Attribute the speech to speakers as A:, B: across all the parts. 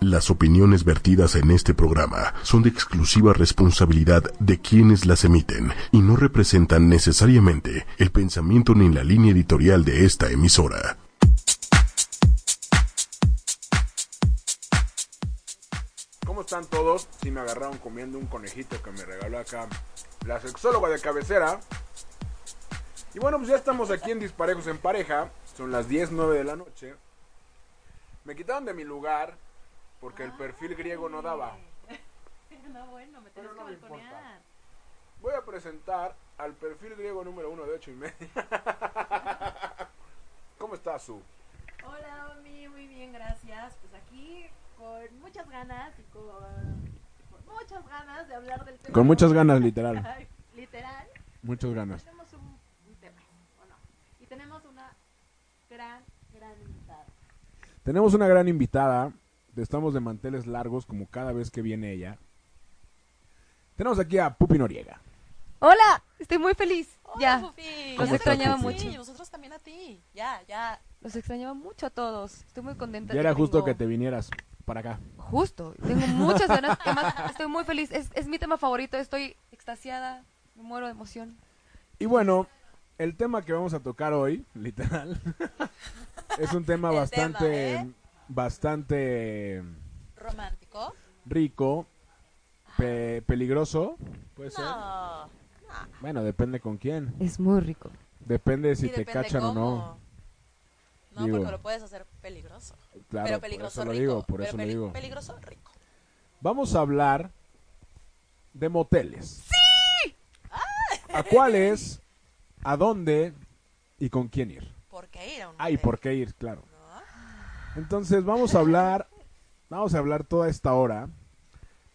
A: Las opiniones vertidas en este programa son de exclusiva responsabilidad de quienes las emiten y no representan necesariamente el pensamiento ni la línea editorial de esta emisora.
B: ¿Cómo están todos? Si me agarraron comiendo un conejito que me regaló acá la sexóloga de cabecera. Y bueno, pues ya estamos aquí en Disparejos en Pareja. Son las 10, 9 de la noche. Me quitaron de mi lugar porque el perfil griego no daba.
C: No, bueno, me
B: Pero
C: tienes
B: no me
C: que
B: importa.
C: balconear.
B: Voy a presentar al perfil griego número uno de 8 y media. ¿Cómo estás, Su?
C: Hola, Omi, muy bien, gracias. Pues aquí con muchas ganas y con, con muchas ganas de hablar del tema.
B: Con muchas ganas, literal.
C: Ay, Literal,
B: Muchas
C: pues
B: ganas.
C: tenemos un, un tema, ¿o no? Y tenemos una gran, gran invitada.
B: Tenemos una gran invitada. Estamos de manteles largos como cada vez que viene ella. Tenemos aquí a Pupi Noriega.
D: Hola, estoy muy feliz. ya,
E: Fufi.
D: Los
E: Ya te
D: extrañaba
E: conocí,
D: mucho.
E: Y nosotros también a ti. Ya, ya.
D: los extrañaba mucho a todos. Estoy muy contenta.
B: Ya era
D: tengo-
B: justo que te vinieras para acá.
D: Justo, tengo muchas ganas. Además, estoy muy feliz. Es, es mi tema favorito. Estoy extasiada. Me muero de emoción.
B: Y bueno, el tema que vamos a tocar hoy, literal, es un tema
E: El
B: bastante,
E: tema, ¿eh?
B: bastante
E: ¿Romántico?
B: rico, pe- peligroso, puede ser.
E: No.
B: Bueno, depende con quién.
D: Es muy rico.
B: Depende si
E: Sí,
B: te
E: depende
B: cachan o no.
E: cómo. No,
B: Digo.
E: porque lo puedes hacer peligroso.
B: Claro,
E: pero
B: por
E: peligroso
B: eso lo
E: rico.
B: digo, por
E: Pero
B: eso lo
E: peli-
B: digo.
E: Peligroso rico.
B: Vamos a hablar de moteles. ¡Sí! ¿A cuáles? ¿A dónde? ¿Y con quién ir?
E: ¿Por qué ir a un
B: Ah, y
E: hotel?
B: por qué ir, claro.
E: ¿No?
B: Entonces vamos a hablar, vamos a hablar toda esta hora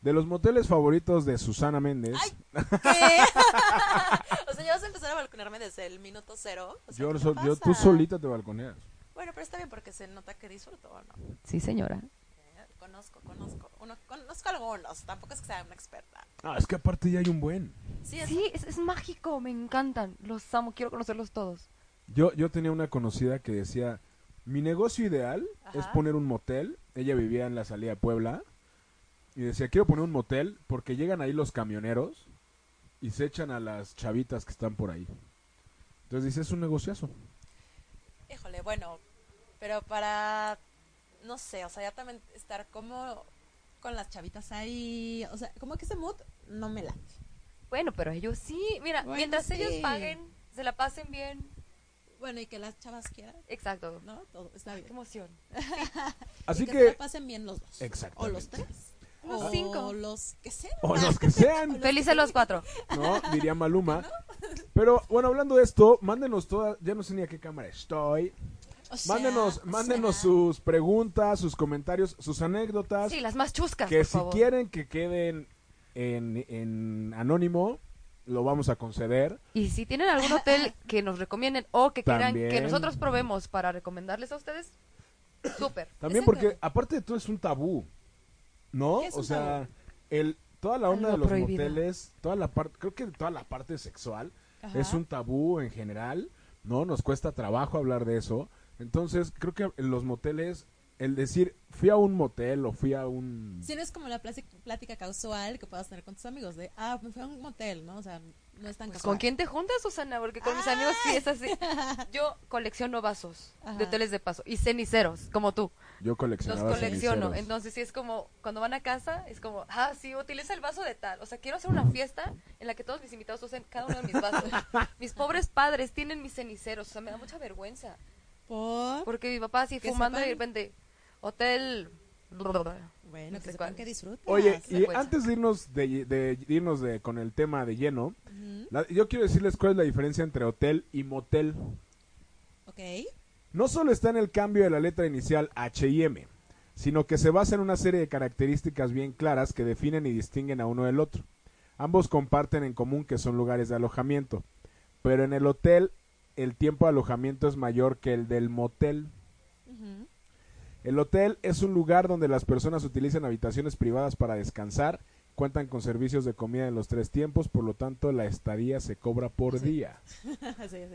B: de los moteles favoritos de Susana Méndez.
E: Ay, ¿Qué? o sea, ya vas a empezar a balconarme desde el minuto cero. O sea,
B: yo,
E: pues, ¿qué
B: sol- yo-
E: pasa?
B: tú solita te balconeas.
E: Bueno, pero está bien porque se nota que disfruto, ¿o ¿no?
D: Sí, señora.
E: Eh, Conozco, conozco. Uno, conozco algunos. Tampoco es que sea una experta.
B: Ah, es que aparte ya hay un buen.
E: Sí, es
D: Sí, es, es mágico. Me encantan. Los amo. Quiero conocerlos todos.
B: Yo, yo tenía una conocida que decía, mi negocio ideal
E: Ajá.
B: es poner un motel. Ella vivía en la salida a Puebla. Y decía, quiero poner un motel porque llegan ahí los camioneros y se echan a las chavitas que están por ahí. Entonces dice, es un negociazo.
E: Híjole, bueno, pero para, no sé, o sea, ya también estar como con las chavitas ahí, o sea, como que ese mood no me late.
D: Bueno, pero ellos sí. Mira,
E: Bueno,
D: mientras
E: sí.
D: ellos paguen, se la pasen bien.
E: Bueno, y que las chavas quieran,
D: Exacto.
E: ¿no? Todo está
D: Qué
E: bien.
D: emoción.
B: Así
E: y que,
B: que...
E: se la pasen bien los dos. O
B: Exactamente.
E: los tres.
D: Los
E: o
D: cinco.
E: los que sean.
B: O los que sean.
D: Feliz a los cuatro.
B: ¿no? Diría Maluma. Pero bueno, hablando de esto, mándenos todas, ya no sé ni a qué cámara estoy.
E: O sea,
B: Mándenos,
E: o
B: mándenos
E: sea,
B: sus preguntas, sus comentarios, sus anécdotas.
D: Sí, las más chuscas,
B: que
D: por
B: si
D: favor.
B: quieren que queden en, en anónimo, lo vamos a conceder.
D: Y si tienen algún hotel que nos recomienden o que quieran que
B: También.
D: nosotros probemos para recomendarles a ustedes, súper.
B: También
E: Exacto.
B: porque, aparte de todo, es un tabú, ¿no?
E: ¿Qué es
B: O
E: un
B: sea,
E: tabú?
B: el, toda la onda de
D: Algo
B: los
D: prohibido.
B: moteles, toda la parte, creo que toda la parte sexual
E: Ajá.
B: es un tabú en general, ¿no? Nos cuesta trabajo hablar de eso. Entonces, creo que en los moteles, el decir, fui a un motel o fui a un...
E: Si no es como la plasi- plática casual que puedas tener con tus amigos de, ah, me fui a un motel, ¿no? O sea, no es tan
D: Pues,
E: casual.
D: ¿Con quién te juntas, Susana? Porque con mis amigos sí es así. Yo colecciono vasos de
E: Ajá.
D: hoteles de paso y ceniceros, como tú.
B: Yo
D: Los
B: coleccionaba
D: colecciono.
B: ceniceros.
D: Entonces, sí es como cuando van a casa, es como, ah, sí, utiliza el vaso de tal. O sea, quiero hacer una fiesta en la que todos mis invitados usen cada uno de mis vasos. mis pobres padres tienen mis ceniceros. O sea, me da mucha vergüenza.
E: Por...
D: Porque mi papá así
E: Que
D: fumando y de
E: sepan.
D: repente, hotel.
E: Bueno,
D: No sé
E: que
D: cuál.
E: sepan que disfrutas.
B: Oye, y
D: vergüenza.
B: antes de irnos, de, de irnos de- con el tema de lleno, la- yo quiero decirles cuál es la diferencia entre hotel y motel.
E: Ok.
B: No solo está en el cambio de la letra inicial H y M, sino que se basa en una serie de características bien claras que definen y distinguen a uno del otro. Ambos comparten en común que son lugares de alojamiento, pero en el hotel el tiempo de alojamiento es mayor que el del motel.
E: Ujú.
B: El hotel es un lugar donde las personas utilizan habitaciones privadas para descansar, cuentan con servicios de comida en los tres tiempos, por lo tanto la estadía se cobra por día.
E: Sí, sí.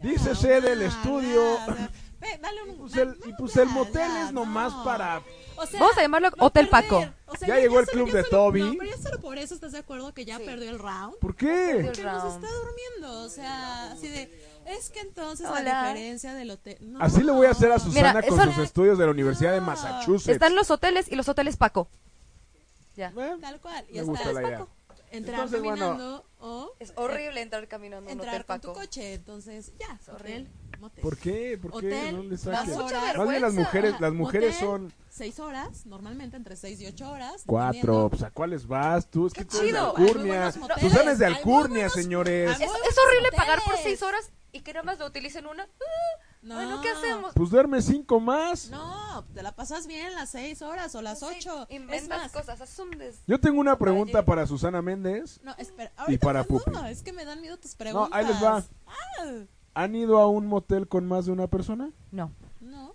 B: Dice C del estudio.
E: o sea, ve, dale un-
B: Pues
E: da-
B: el-
E: dale
B: y
E: un
B: pues el
E: plan,
B: motel
E: ya,
B: es nomás
E: no.
B: para-
E: O sea,
D: Vamos a llamarlo Hotel
E: perder.
D: Paco.
E: O sea,
B: Ya
E: yo-
B: llegó
E: yo
B: el
E: solo-
B: club
E: yo
B: de
E: solo-
B: Toby.
E: No, pero ya solo por eso estás de acuerdo que ya perdió el round.
B: ¿Por qué?
D: Dios.
E: Porque nos
D: round.
E: está durmiendo, o sea, así de. Es que entonces
D: Hola.
E: la diferencia del hotel. No.
B: Así le voy a hacer a Susana
D: Mira,
B: con
D: eso-
B: sus estudios de la Universidad de
E: No.
B: Massachusetts.
D: Están los hoteles y los hoteles Paco. Ya.
B: Eh,
E: Tal cual. Y
B: Me
E: está
B: gusta la idea.
E: entrar
B: Entonces, bueno.
E: caminando o
D: Es horrible entrar caminando a un hotel
E: eh, entrar con tu
D: Paco.
E: coche. Entonces, ya, hotel, motel.
B: ¿Por qué? ¿Por qué?
E: Hotel,
B: no le
E: vas
B: saques.
E: horas.
B: Más bien las
D: Mucha
B: mujeres,
E: Ajá,
B: las mujeres
E: motel,
B: son
E: Seis horas, normalmente entre seis y ocho horas.
B: cuatro.
E: dependiendo.
B: Pues, ¿A cuáles vas tú? Es que
D: Qué
B: tú eres de
D: chido.
E: Hay
B: alcurnia.
E: muy
B: Susana
E: buenos
B: es de
E: moteles, hay muy
B: alcurnia,
E: buenos-
B: señores.
E: hay
D: Es,
E: muy
D: es
E: buenos
D: horrible pagar por
E: hoteles.
D: seis horas y que nada más lo utilicen una. Ah,
E: No.
D: Bueno, ¿qué hacemos?
B: Pues duerme cinco más.
E: No, te la pasas bien las seis horas o las
D: Sí,
E: ocho. es
D: Inventas
E: más.
D: cosas, haces un des-
B: Yo tengo una pregunta
D: Oye.
B: para Susana Méndez.
E: No, espera. Ahorita
B: para
E: más no,
B: Pupi.
E: es que me dan miedo tus
B: No,
E: preguntas.
B: ahí les va.
E: Ah,
B: ¿Han ido a un motel con más de una persona?
D: No.
E: no.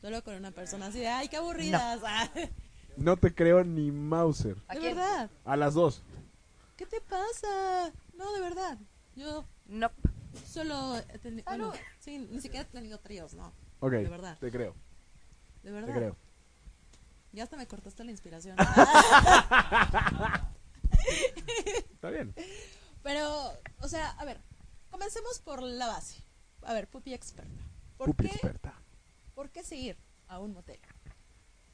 E: Solo con una persona así de, ay, qué aburridas. Ah,
B: No te creo ni Mauser.
D: ¿A
E: de
D: quién?
E: verdad.
B: A las dos.
E: ¿Qué te pasa? No, de verdad. Yo
D: No.
E: solo he tenido.
D: Salud.
E: bueno, sí, ni siquiera he tenido tríos, no.
B: Ok.
E: De verdad.
B: Te creo,
E: De verdad.
B: te creo.
E: Ya hasta me cortaste la inspiración.
B: Está bien.
E: Pero, o sea, a ver, comencemos por la base. A ver, pupi experta. ¿Por,
B: Pupi
E: qué,
B: experta.
E: ¿Por qué seguir a un motel?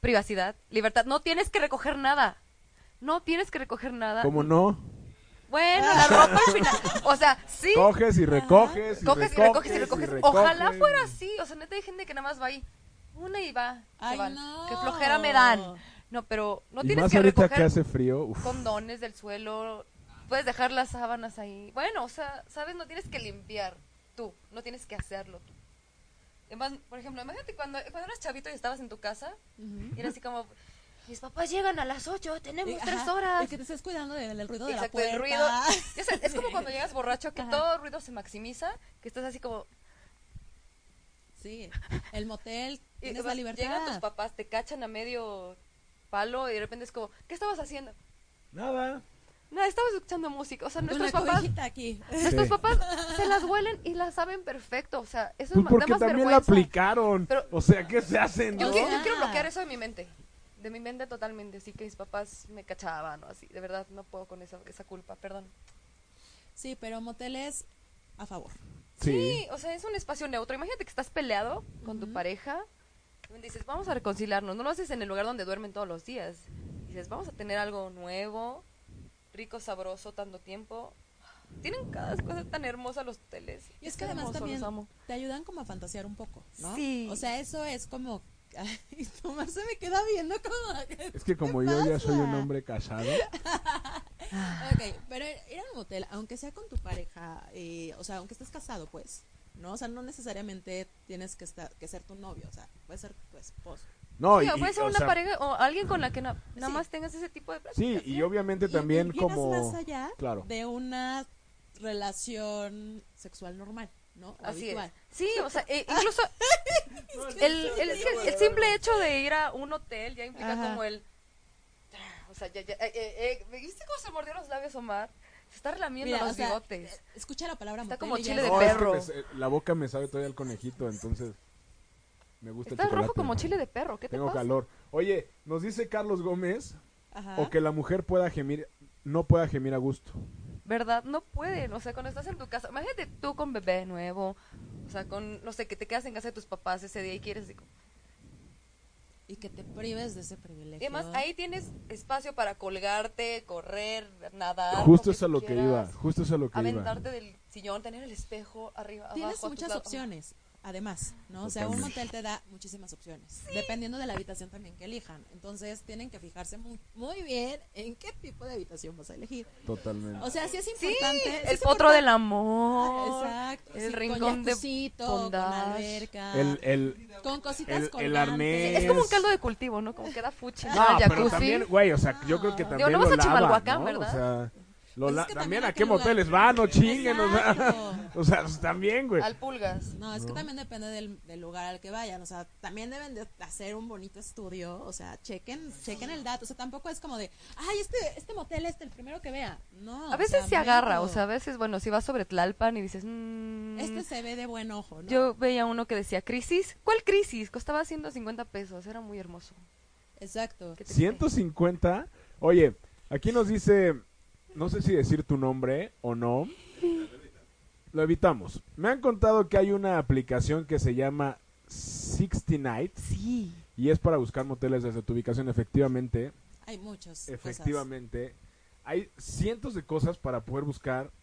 D: Privacidad, libertad. No tienes que recoger nada. No tienes que recoger
E: Ah,
D: nada.
B: ¿Cómo no?
D: Bueno, la ropa al final. O sea, sí.
B: Coges y recoges. Y
D: coges y recoges y recoges. Ojalá fuera así. O sea, neta hay gente que nada más va ahí. Una y va. se
E: Ay,
D: van.
E: no.
D: Qué flojera me dan. No, pero no
B: y
D: tienes
B: más
D: que
B: ahorita
D: recoger
B: que hace frío. uf.
D: condones del suelo. Puedes dejar las sábanas ahí. Bueno, o sea, sabes, no tienes que limpiar tú. No tienes que hacerlo tú. Además, por ejemplo, imagínate cuando, cuando eras chavito y estabas en tu casa y era así como, mis papás llegan a las 8, tenemos
E: Y-
D: tres
E: Eh, ajá,
D: horas.
E: Y que te estés cuidando del, del ruido
D: Exacto,
E: de la
D: el ruido.
E: puerta.
D: Ya sabes, es como cuando llegas borracho que
E: Ajá.
D: todo ruido se maximiza, que estás así como,
E: Sí, el motel,
D: Y
E: tienes
D: vas-
E: la libertad.
D: Llegan tus papás, te cachan a medio palo y de repente es como, ¿qué estabas haciendo?
B: Nada.
D: Nada, estabas escuchando música. O sea,
E: Con la
D: nuestros papás,
E: cobijita aquí.
D: nuestros
B: Sí.
D: papás se las huelen y las saben perfecto. O sea, eso
B: Pues
D: es
B: porque
D: da más
B: también la
D: vergüenza.
B: aplicaron.
D: Pero-
B: o sea, ¿qué se hacen?
D: Yo,
B: no?
D: qui-
E: ¿no?
D: yo quiero bloquear eso de mi mente. De mi mente totalmente. Así que mis papás me cachaban o así. De verdad, no puedo con esa, esa culpa, perdón.
E: Sí, pero moteles a favor.
D: Sí, o sea, es un espacio neutro. Imagínate que estás peleado con tu pareja. y Dices, vamos a reconciliarnos. No lo haces en el lugar donde duermen todos los días. Dices, vamos a tener algo nuevo, rico, sabroso, tanto tiempo. Tienen cada cosa tan hermosa los hoteles.
E: Y es que además
D: hermoso,
E: también
D: los amo.
E: te ayudan como a fantasear un poco, ¿no?
D: Sí.
E: O sea, eso es como... Ay, Tomás se me queda viendo como...
B: Es que como
E: ¿Qué
B: yo ya soy un
E: pasa?
B: hombre casado.
E: Ok, pero ir a un motel, aunque sea con tu pareja, eh, o sea, aunque estés casado, pues, ¿no? O sea, no necesariamente tienes que estar que ser tu novio, o sea, puede ser tu esposo.
B: No,
D: Sí,
B: y,
D: o puede
B: y,
D: ser
B: o
D: una
B: sea,
D: pareja o alguien con la que na- nada
E: Sí.
D: más tengas ese tipo de pláticas.
B: Sí, y obviamente
E: Y-
B: también
E: y llegas
B: como.
E: más allá
B: claro.
E: de una relación sexual normal, ¿no? O
D: Así
E: habitual. Ah,
D: es. Sí, o sea, e- incluso el, el- es que el simple hecho de ir a un hotel ya implica
E: Ajá.
D: como el. O sea, ya, ya. eh, eh, eh, ¿Viste cómo se mordió los labios Omar? Se está relamiendo
E: Mira,
D: los
E: o sea, eh,
D: bigotes.
E: Escucha la palabra
D: Está
E: motel
D: como
E: y
D: chile
E: ya-
D: de
B: No,
D: pe-
B: es que
D: perro.
B: me sa- la boca me sabe todavía el conejito, entonces me gusta
D: Estás
B: el chocolate.
D: rojo como chile de perro. ¿Qué te
B: Tengo
D: pasa?
B: calor. Oye, nos dice Carlos Gómez
E: Ajá.
B: o que la mujer pueda gemir, no pueda gemir a gusto.
D: ¿Verdad? No pueden. O sea, cuando estás en tu casa. Imagínate tú con bebé nuevo. O sea, con. No sé, que te quedas en casa de tus papás ese día y quieres. así como-
E: Y que te prives de ese privilegio.
D: Y además, ahí tienes espacio para colgarte, correr, nadar.
B: justo
D: lo
B: es a lo
D: tú
B: que iba,
D: quieras,
B: justo es a lo que
D: Aventarte del sillón, tener el espejo arriba,
E: Tienes
D: abajo. a tus
E: muchas
D: lados.
E: opciones, además, ¿no? O sea, un
B: Totalmente.
E: motel te da muchísimas opciones, dependiendo de la habitación también que elijan. Entonces, tienen que fijarse muy, muy bien en qué tipo de habitación vas a elegir.
B: iba. Totalmente.
E: O sea, sí es
D: Sí, Ah,
E: importante. sí
D: el
E: es
D: potro del
E: importante-
D: amor.
E: Exacto.
D: El
E: sí, con
D: rincón de
E: jacuzito, con
D: bondage.
E: alberca,
B: el, el,
E: con cositas
B: el- el
E: colgantes.
B: arnés.
D: Es, como un caldo de cultivo, ¿no? Como queda fuchi,
B: no,
D: ¿no? El
B: pero
D: jacuzzi.
B: también, güey, o sea, yo creo que
D: Digo,
B: también
D: no vas
B: lo
D: a
B: lava,
D: Chimalhuacán,
B: ¿no?
D: ¿verdad?
B: O sea, Los
E: Pues
B: la-
E: es que
B: también
E: también
B: a
E: hay
B: qué
E: lugar-
B: moteles van, no chinguen, o sea,
E: Exacto.
B: o sea, pues, también, güey.
D: Al pulgas.
E: No, es que también depende del, del lugar al que vayan, o sea, también deben de hacer un bonito estudio, o sea, chequen, chequen el dato, o sea, tampoco es como de, ay, este, este motel es el primero que vea, no.
D: A
E: o
D: veces
E: sea,
D: se agarra,
E: velo.
D: o sea, a veces, bueno, si vas sobre Tlalpan y dices, "Mm,
E: Este se ve de buen ojo, ¿no?
D: yo veía uno que decía, ¿crisis? ¿Cuál crisis? Costaba 150 pesos, era muy hermoso.
E: Exacto.
D: Qué triste.
B: 150. Oye, aquí nos dice, no sé si decir tu nombre o no. Lo evitamos. Me han contado que hay una aplicación que se llama 60 Nights
D: Sí.
B: y es para buscar moteles desde tu ubicación. Efectivamente,
E: Hay muchos.
B: efectivamente, hay cientos de cosas para poder buscar.
E: cosas.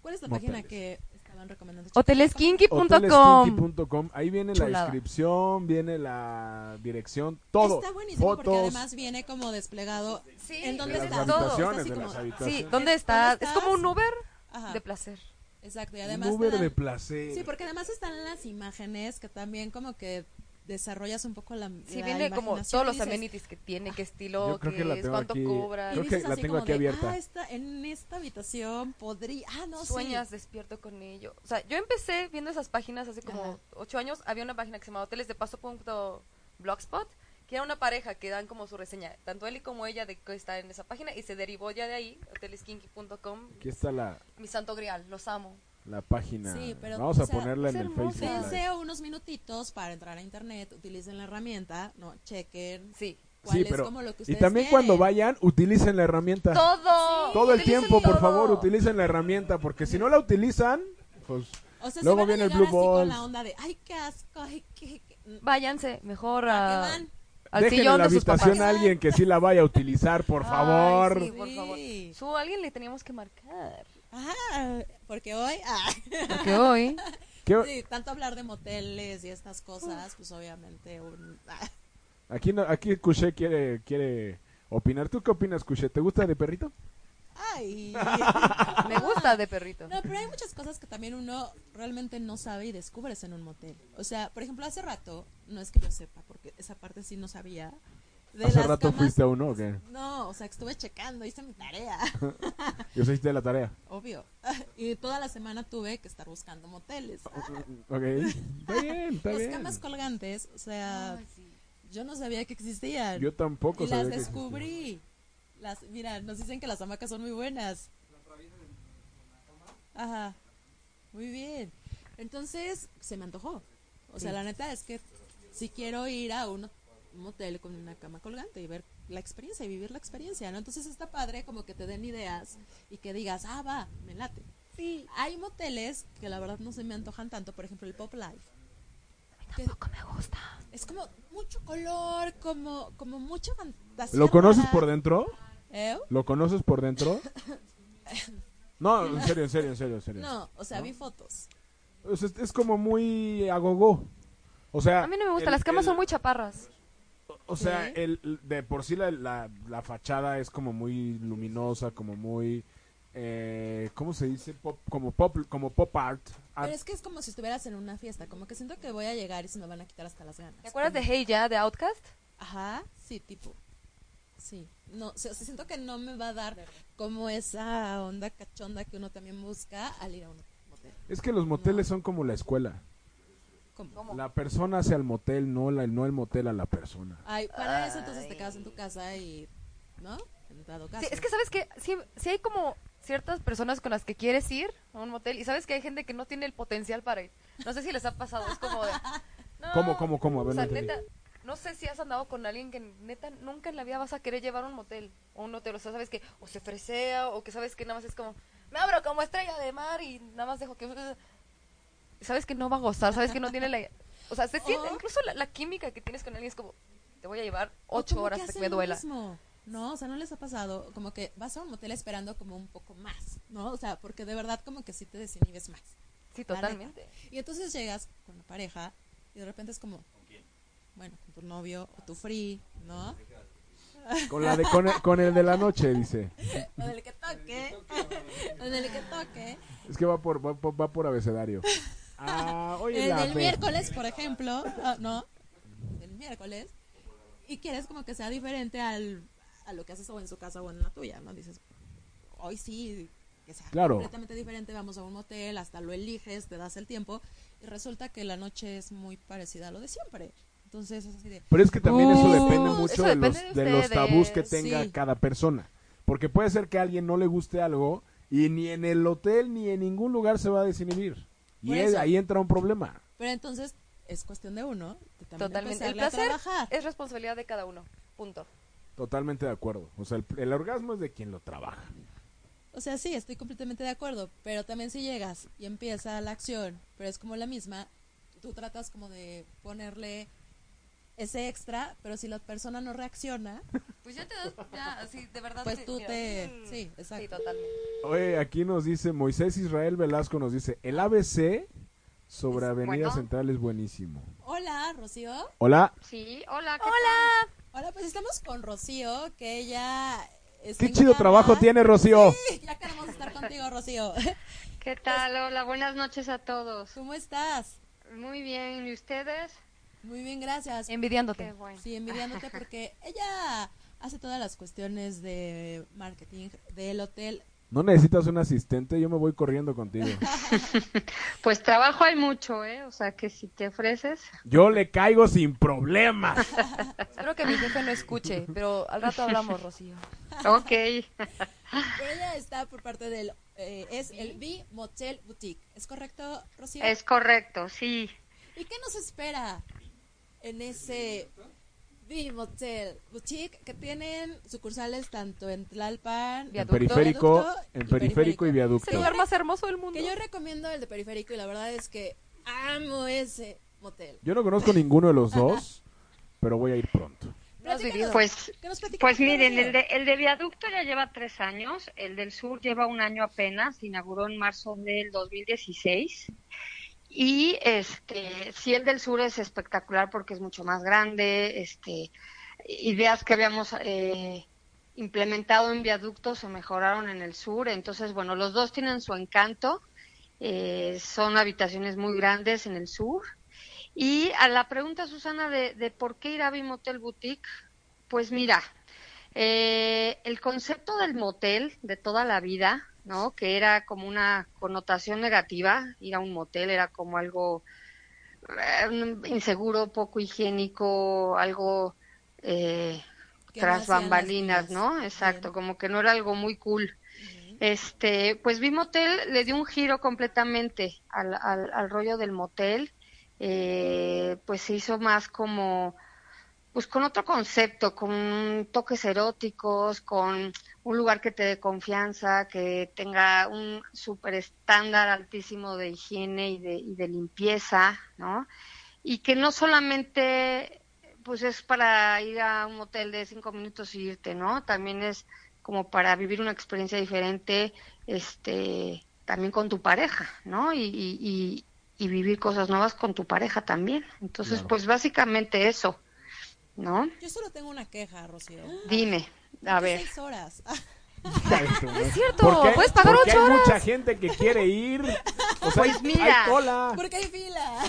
E: ¿Cuál es la página
B: Moteles.
E: que estaban recomendando?
D: Hoteleskinky.com.
B: Hoteleskinky.com. Ahí viene la
D: Chulada.
B: descripción, viene la dirección, todo.
E: Está buenísimo porque
B: Fotos.
E: además viene como desplegado.
D: Sí,
E: ¿En dónde
B: de las
E: estás?
D: todo.
B: habitaciones,
E: Está así
B: de las
E: como-
B: habitaciones.
D: Sí, ¿dónde estás?
E: ¿Dónde
D: Es como un Uber
E: Ajá,
D: de placer.
E: exacto. Y
B: Un
E: además. te
B: Uber
E: dan-
B: de placer.
E: Sí, porque además están las imágenes que también como que desarrollas un poco la.
D: Sí,
E: la
D: viene como
E: imaginación
D: todos
E: y
D: los
E: dices-
D: amenities que tiene, qué
B: Yo
D: estilo,
B: creo que la
D: qué es,
B: tengo
D: cuánto
B: aquí.
E: y
D: cobra.
B: Creo que
E: dices
B: la
E: así
B: tengo
E: como
B: aquí
E: de,
B: abierta.
E: Ah, esta, en esta habitación podría. Ah, no, sí.
D: Sueñas despierto con ello. O sea, yo empecé viendo esas páginas hace como
E: Ajá.
D: ocho años. Había una página que se llamaba hotelesdepaso.blogspot, que era una pareja que dan como su reseña, tanto él y como ella, de que está en esa página. Y se derivó ya de ahí, hoteleskinky.com.
B: Aquí está la,
D: Mi santo grial, los amo.
B: la página.
E: Sí, pero,
B: Vamos a
E: o sea,
B: ponerla en
D: es
B: el
D: hermosa.
B: Facebook. Live.
E: Dense unos minutitos para entrar a internet, utilicen la herramienta, no, chequen
D: Sí.
E: cuál
B: Sí,
E: es
B: pero-
E: como lo que
B: Y
E: ustedes
B: también cuando
E: quieren.
B: vayan, utilicen la herramienta.
D: Todo.
B: Ah. Todo el
D: Utilicen
B: tiempo, por
D: todo.
B: favor, utilicen la herramienta, porque si no la utilizan, pues...
E: O sea,
B: Luego
E: si van a
B: viene el
E: llegar
B: Blue
E: así
B: Balls.
E: Con la onda de, ay, qué asco, ay, qué, qué-
D: Váyanse mejor
B: Ah.
E: ¿a
D: a,
E: qué van?
D: al
B: dejen en
D: sillón
B: la
D: de sus
B: habitación
D: papás.
B: a alguien que sí la vaya a utilizar, por
D: Ay,
B: favor.
D: sí, por favor.
E: Sí.
D: Su, a alguien le teníamos que marcar.
E: Ah, porque hoy, ah.
D: Porque hoy.
B: ¿Qué-
E: Sí, tanto hablar de moteles y estas cosas, pues obviamente un... ah.
B: Aquí, no, aquí Cuché quiere, quiere opinar. ¿Tú qué opinas, Cuché? ¿Te gusta de perrito?
E: Ay.
D: Me gusta de perrito.
E: No, pero hay muchas cosas que también uno realmente no sabe y descubres en un motel. O sea, por ejemplo, hace rato, no es que yo sepa, porque esa parte sí no sabía. De
B: ¿Hace
E: las
B: rato
E: camas-
B: fuiste a uno o qué?
E: No, o sea, que estuve checando, hice mi tarea,
B: Yo sé hiciste la tarea.
E: obvio. Y toda la semana tuve que estar buscando moteles.
B: Ok. Está bien, está
E: las
B: bien.
E: camas colgantes, o sea, yo no sabía que existían.
B: Yo tampoco
E: y las
B: sabía que existía.
E: descubrí. Las, mira, nos dicen que las hamacas son muy buenas. Ajá. Muy bien. Entonces, se me antojó. O sea, la neta es que si quiero ir a un, un hotel con una cama colgante y ver la experiencia y vivir la experiencia, ¿no? Entonces está padre como que te den ideas y que digas, ah, va, me late. Sí. Hay moteles que la verdad no se me antojan tanto, por ejemplo, el Pop Life. Que- es como mucho color, como, como mucha fantasía.
B: ¿Lo conoces
E: rara.
B: por dentro?
E: ¿Eh?
B: ¿Lo conoces por dentro? No, en serio, en serio, en serio, en serio.
E: No, o sea, vi fotos.
B: O sea, es, es como muy agogó. O sea,
D: A mí no me gusta,
B: el-
D: las camas
B: el-
D: son muy chaparras.
B: O sea,
E: ¿Qué?
B: el, el- de por sí la, la, la fachada es como muy luminosa, como muy... Eh, ¿Cómo se dice? Pop- como, pop, como pop art. Ah, Art-
E: Pero es que es como si estuvieras en una fiesta, como que siento que voy a llegar y se me van a quitar hasta las ganas.
D: ¿Te acuerdas de
E: Como-
D: Hey Ya, de Outcast?
E: Ajá, sí, tipo. Sí, no, o sea, siento que no me va a dar como esa onda cachonda que uno también busca al ir a un motel.
B: es que los moteles son como la escuela.
E: ¿Cómo?
B: La persona hacia el motel, no, la, no el motel a la persona.
E: Ay, para eso entonces te quedas en tu casa y, ¿no? En dado caso.
D: Sí, es que sabes que si hay como ciertas personas con las que quieres ir a un motel y sabes que hay gente que no tiene el potencial para ir. No sé si les ha pasado, es como de... No,
B: ¿Cómo, cómo, cómo? A ver,
D: o sea,
B: no entendí.
D: neta, no sé si has andado con alguien que neta nunca en la vida vas a querer llevar a un motel o un hotel. O sea, sabes que o se fresea o que sabes que nada más es como... Me abro como estrella de mar y nada más dejo que... Sabes que no va a gozar, sabes que no tiene la... O sea, se siente,
E: O-
D: incluso la, la química que tienes con alguien es como... Te voy a llevar
E: O
D: ocho
E: como
D: horas
E: que
D: hasta que
E: hacen
D: me
E: lo
D: duela.
E: mismo, No, o sea, no les ha pasado como que vas a un motel esperando como un poco más, ¿no? O sea, porque de verdad como que sí te desinhibes más.
D: Sí,
E: la neta.
D: totalmente.
E: Y entonces llegas con la pareja y de repente es como Bueno, con tu novio o tu free, ¿no?
B: Con, la de, con, el, con el de la noche, dice.
E: Con el que toque. Con el que toque.
B: Es que va por, va, por- va por abecedario. Ah, oye,
E: El
B: la
E: del
B: pe-
E: miércoles, por ejemplo, ah, ¿no? El miércoles. Y quieres como que sea diferente al, a lo que haces o en su casa o en la tuya, ¿no? Dices, hoy sí, que sea
B: Claro.
E: completamente diferente, vamos a un motel, hasta lo eliges, te das el tiempo, y resulta que la noche es muy parecida a lo de siempre. Entonces es así de,
B: Pero es que también eso
E: Uh,
B: depende
E: eso
B: mucho
D: depende
B: de, los,
D: de
B: de los tabús que
D: ustedes,
B: tenga
E: sí.
B: cada persona. Porque puede ser que a alguien no le guste algo y ni en el hotel ni en ningún lugar se va a desinhibir. Y
E: Por
B: es-
E: eso.
B: ahí entra un problema.
E: pero entonces es cuestión de uno, de también
D: Totalmente. El
E: empezarle a
D: placer
E: trabajar.
D: es responsabilidad de cada uno. Punto.
B: Totalmente de acuerdo. O sea, el, el orgasmo es de quien lo trabaja.
E: O sea, sí, estoy completamente de acuerdo, pero también si llegas y empieza la acción, pero es como la misma, tú tratas como de ponerle ese extra, pero si la persona no reacciona,
D: Pues ya te das, ya, así, de verdad.
E: pues tú
D: mira,
E: te...
D: mm,
E: Sí,
D: Sí,
E: exacto.
D: totalmente.
B: Oye, aquí nos dice Moisés Israel Velasco, nos dice, el ABC sobre
F: Es
B: Avenida
F: bueno. Pues
B: Central es buenísimo.
E: Hola, Rocío.
B: Hola,
F: Sí, hola, ¿qué Hola.
E: Hola, pues estamos con Rocío, que ella... es
B: qué
E: en
B: chido
E: Guayama.
B: trabajo tiene Rocío.
E: Sí, ya queremos estar contigo, Rocío.
F: ¿Qué tal? Hola, buenas noches a todos.
E: ¿Cómo estás?
F: Muy bien, ¿y ustedes?
E: Muy bien, gracias.
F: Qué
D: Envidiándote.
F: bueno.
E: Sí, envidiándote porque ella hace todas las cuestiones de marketing del hotel.
B: No necesitas un asistente, yo me voy corriendo contigo.
F: Pues trabajo hay mucho, ¿eh? O sea, que si te ofreces,
B: Yo le caigo sin problemas.
D: Espero que mi jefe no escuche, pero al rato hablamos, Rocío.
F: ok.
E: Pero ella está por parte del... eh, es el B Motel Boutique. ¿Es correcto, Rocío?
F: es correcto, sí.
E: ¿Y qué nos espera en ese B Motel Boutique que tienen sucursales tanto en Tlalpan,
D: Viaducto.
B: Periférico,
E: viaducto
B: en periférico y
D: Es el
B: viaducto.
D: lugar más hermoso del mundo.
E: Que yo recomiendo el de Periférico y la verdad es que amo ese motel.
B: Yo no conozco ninguno de los dos, pero voy a ir pronto.
D: No has
E: Platícanos,
D: vivido.
F: Pues,
E: ¿qué nos platicas,
F: pues miren,
E: Rocío?
F: el de, el de viaducto ya lleva tres años, el del sur lleva un año apenas, se inauguró en marzo del 2016. Y este, sí, el del sur es espectacular porque es mucho más grande, este, ideas que habíamos eh, implementado en viaducto se mejoraron en el sur, entonces bueno, los dos tienen su encanto, eh, son habitaciones muy grandes en el sur. Y a la pregunta, Susana, de, de por qué ir a Bimotel Boutique, pues mira, eh, el concepto del motel de toda la vida, ¿no? Que era como una connotación negativa, ir a un motel era como algo eh, inseguro, poco higiénico, algo eh,
E: Que no
F: tras
E: hacían las
F: bambalinas,
E: niñas.
F: ¿no? Exacto,
E: Bien.
F: como que no era algo muy cool. Este, pues Bimotel le dio un giro completamente al, al, al rollo del motel, eh, pues se hizo más como pues con otro concepto, con toques eróticos, con un lugar que te dé confianza, que tenga un super estándar altísimo de higiene y de, y de limpieza, ¿no? Y que no solamente pues es para ir a un hotel de cinco minutos y irte, ¿no? También es como para vivir una experiencia diferente, este, también con tu pareja, ¿no? Y, y- y- y vivir cosas nuevas con tu pareja también. Entonces,
B: Claro.
F: pues básicamente eso, ¿no?
E: Yo solo tengo una queja, Rocío.
F: Dime, a
E: ¿Por qué
F: ver.
E: Seis horas.
B: Es
D: cierto, puedes pagar ocho
B: hay
D: horas.
B: mucha gente que quiere ir. O sea, hay-
F: Pues mira.
B: hay cola.
E: Porque hay fila.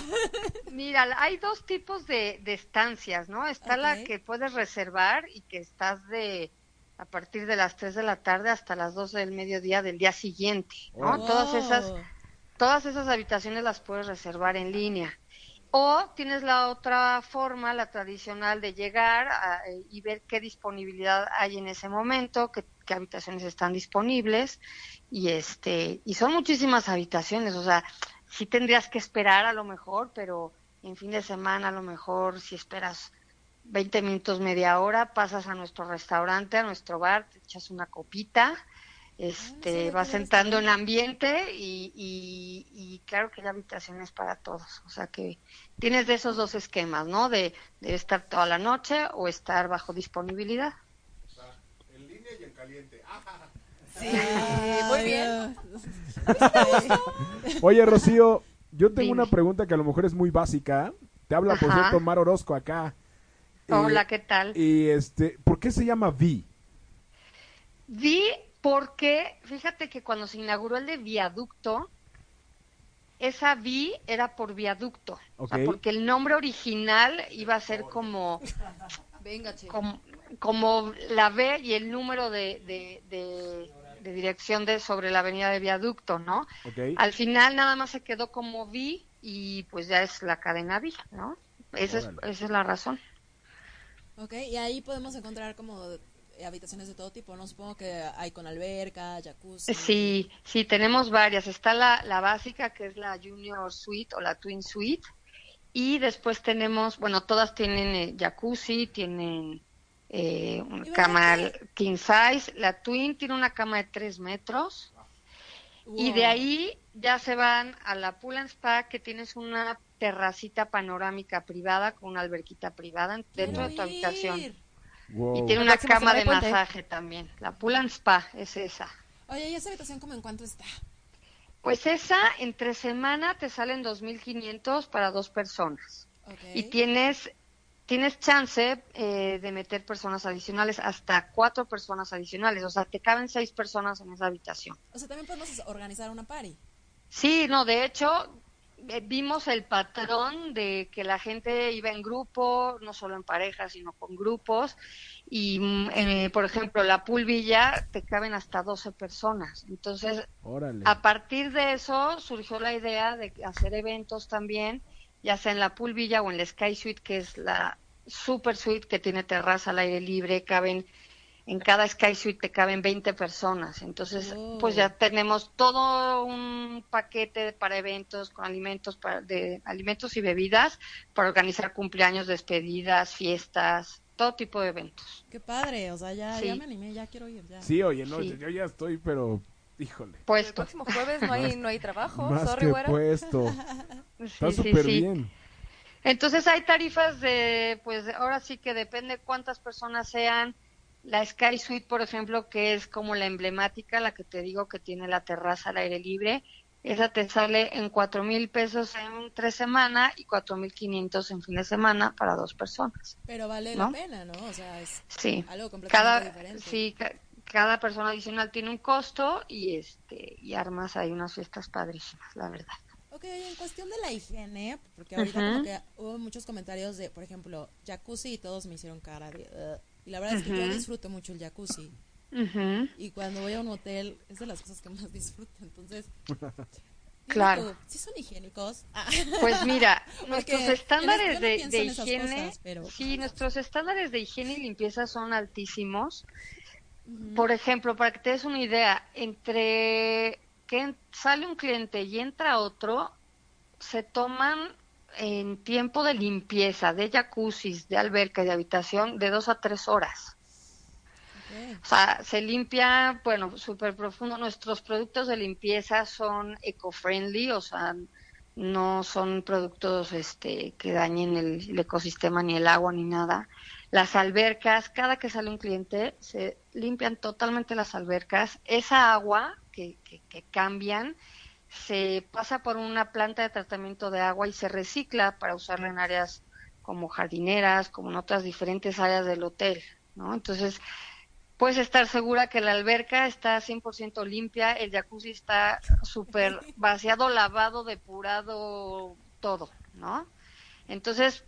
F: Mira, hay dos tipos de, de estancias, ¿no? Está la
E: Ok.
F: que puedes reservar y que estás de a partir de las 3 de la tarde hasta las 12 del mediodía del día siguiente, ¿no?
E: Oh.
B: Wow.
F: Todas esas Eh,
E: Wow.
F: todas esas habitaciones las puedes reservar en línea. O tienes la otra forma, la tradicional, de llegar a- eh, y ver qué disponibilidad hay en ese momento, qué, qué habitaciones están disponibles. Y, este, y son muchísimas habitaciones, o sea, sí tendrías que esperar a lo mejor, pero en fin de semana a lo mejor si esperas 20 minutos, media hora, pasas a nuestro restaurante, a nuestro bar, te echas una copita,
E: sí,
F: este,
E: lo
F: vas
E: tiene
F: sentando en
E: restaurante.
F: ambiente y, y- y claro que hay habitaciones para todos. O sea que tienes de esos dos esquemas, ¿no? De, de estar toda la noche o estar bajo disponibilidad.
D: Eh, muy bien.
B: Oye, Rocío, yo tengo
F: Dime.
B: una pregunta que a lo mejor es muy básica. Te habla, por
F: Ajá.
B: cierto, Mar Orozco acá. Eh,
F: Hola, ¿qué tal?
B: Y este, ¿por qué se llama Vi?
F: Vi porque, fíjate que cuando se inauguró el de viaducto, esa vi era por viaducto, o sea,
B: Ok.
F: porque el nombre original iba a ser como,
D: Venga, che.
F: como, como la B y el número de, de, de- de dirección de sobre la avenida de Viaducto, ¿no?
B: Ok.
F: Al final nada más se quedó como vi y pues ya es la cadena vi, ¿no? Esa es,
B: Órale.
F: esa es la razón.
E: Ok, y ahí podemos encontrar como eh, habitaciones de todo tipo, ¿no? Supongo que hay con alberca, jacuzzi.
F: Sí, sí, tenemos varias. Está la, la básica, que es la Junior Suite o la Twin Suite. Y después tenemos, bueno, todas tienen eh, jacuzzi, tienen eh, una
E: ¿Y verdad
F: cama
E: que-
F: king size. La Twin tiene una cama de 3 metros. Y
E: Wow.
F: de ahí ya se van a la Pool and Spa, que tienes una terracita panorámica privada con una alberquita privada
E: Quiero
F: dentro de tu habitación.
E: ir.
B: Wow.
F: Y tiene
D: La
F: una
D: próxima semana
F: cama de
D: hay puente.
F: masaje también. La Pool and Spa es esa.
E: Oye, ¿y esa habitación como en cuánto está?
F: Pues esa entre semana te salen 2.500 para dos personas.
E: Ok.
F: Y tienes tienes chance eh, de meter personas adicionales, hasta cuatro personas adicionales. O sea, te caben seis personas en esa habitación.
E: O sea, también podemos organizar una party.
F: Sí, no, de hecho eh, vimos el patrón de que la gente iba en grupo, no solo en pareja, sino con grupos. Y, mm, eh, por ejemplo, la pulvilla te caben hasta 12 personas. Entonces,
B: Órale.
F: a partir de eso surgió la idea de hacer eventos también, ya sea en la Pulvilla o en la Sky Suite, que es la super suite que tiene terraza al aire libre, caben en cada Sky Suite te caben 20 personas. Entonces,
E: Oh.
F: pues ya tenemos todo un paquete para eventos con alimentos para- de alimentos y bebidas para organizar cumpleaños, despedidas, fiestas, todo tipo de eventos.
E: Qué padre, o sea, ya,
F: Sí.
E: ya me animé, ya quiero ir. Ya.
B: Sí, oye, no,
F: Sí.
B: yo ya estoy, pero híjole.
D: Pero El
F: Puesto.
D: próximo jueves no hay, no hay trabajo.
B: Más
D: Sorry,
B: que pues.
D: güera.
B: puesto. Está
F: Sí, sí,
B: súper
F: sí.
B: bien.
F: Entonces hay tarifas de, pues ahora sí que depende cuántas personas sean. La Sky Suite, por ejemplo, que es como la emblemática, la que te digo que tiene la terraza al aire libre, esa te sale en cuatro mil pesos en tres semanas y cuatro mil quinientos en fin de semana para dos personas.
E: Pero vale la
F: ¿No?
E: pena, ¿no? O sea, es
F: Sí.
E: algo completamente
F: Cada,
E: diferente.
F: sí, ca- cada persona adicional tiene un costo y este y armas hay unas fiestas padrísimas, la verdad.
E: Ok, oye, en cuestión de la higiene, porque ahorita
F: Ajá.
E: como que hubo muchos comentarios de, por ejemplo, jacuzzi y todos me hicieron cara de... "Ugh". y la verdad es que yo
F: Ujú.
E: disfruto mucho el jacuzzi.
F: Ujú.
E: Y cuando voy a un hotel, es de las cosas que más disfruto. Entonces, dime
F: Claro.
E: tú, ¿sí son higiénicos? Ah.
F: Pues mira, nuestros
E: yo no- yo
F: estándares
E: no
F: de,
E: pienso
F: de
E: en esas
F: higiene,
E: cosas, pero- pues
F: sí, nuestros estándares de higiene y limpieza son altísimos. Por ejemplo, para que te des una idea, entre que en- sale un cliente y entra otro, se toman en tiempo de limpieza, de jacuzzi, de alberca y de habitación, de dos a tres horas.
E: Ok.
F: O sea, se limpia, bueno, súper profundo. Nuestros productos de limpieza son eco-friendly, o sea, no son productos este, que dañen el, el ecosistema, ni el agua, ni nada. Las albercas, cada que sale un cliente, se limpian totalmente las albercas. Esa agua que, que- que cambian se pasa por una planta de tratamiento de agua y se recicla para usarla en áreas como jardineras, como en otras diferentes áreas del hotel, ¿no? Entonces, puedes estar segura que la alberca está 100% limpia, el jacuzzi está súper vaciado, lavado, depurado, todo, ¿no? Entonces,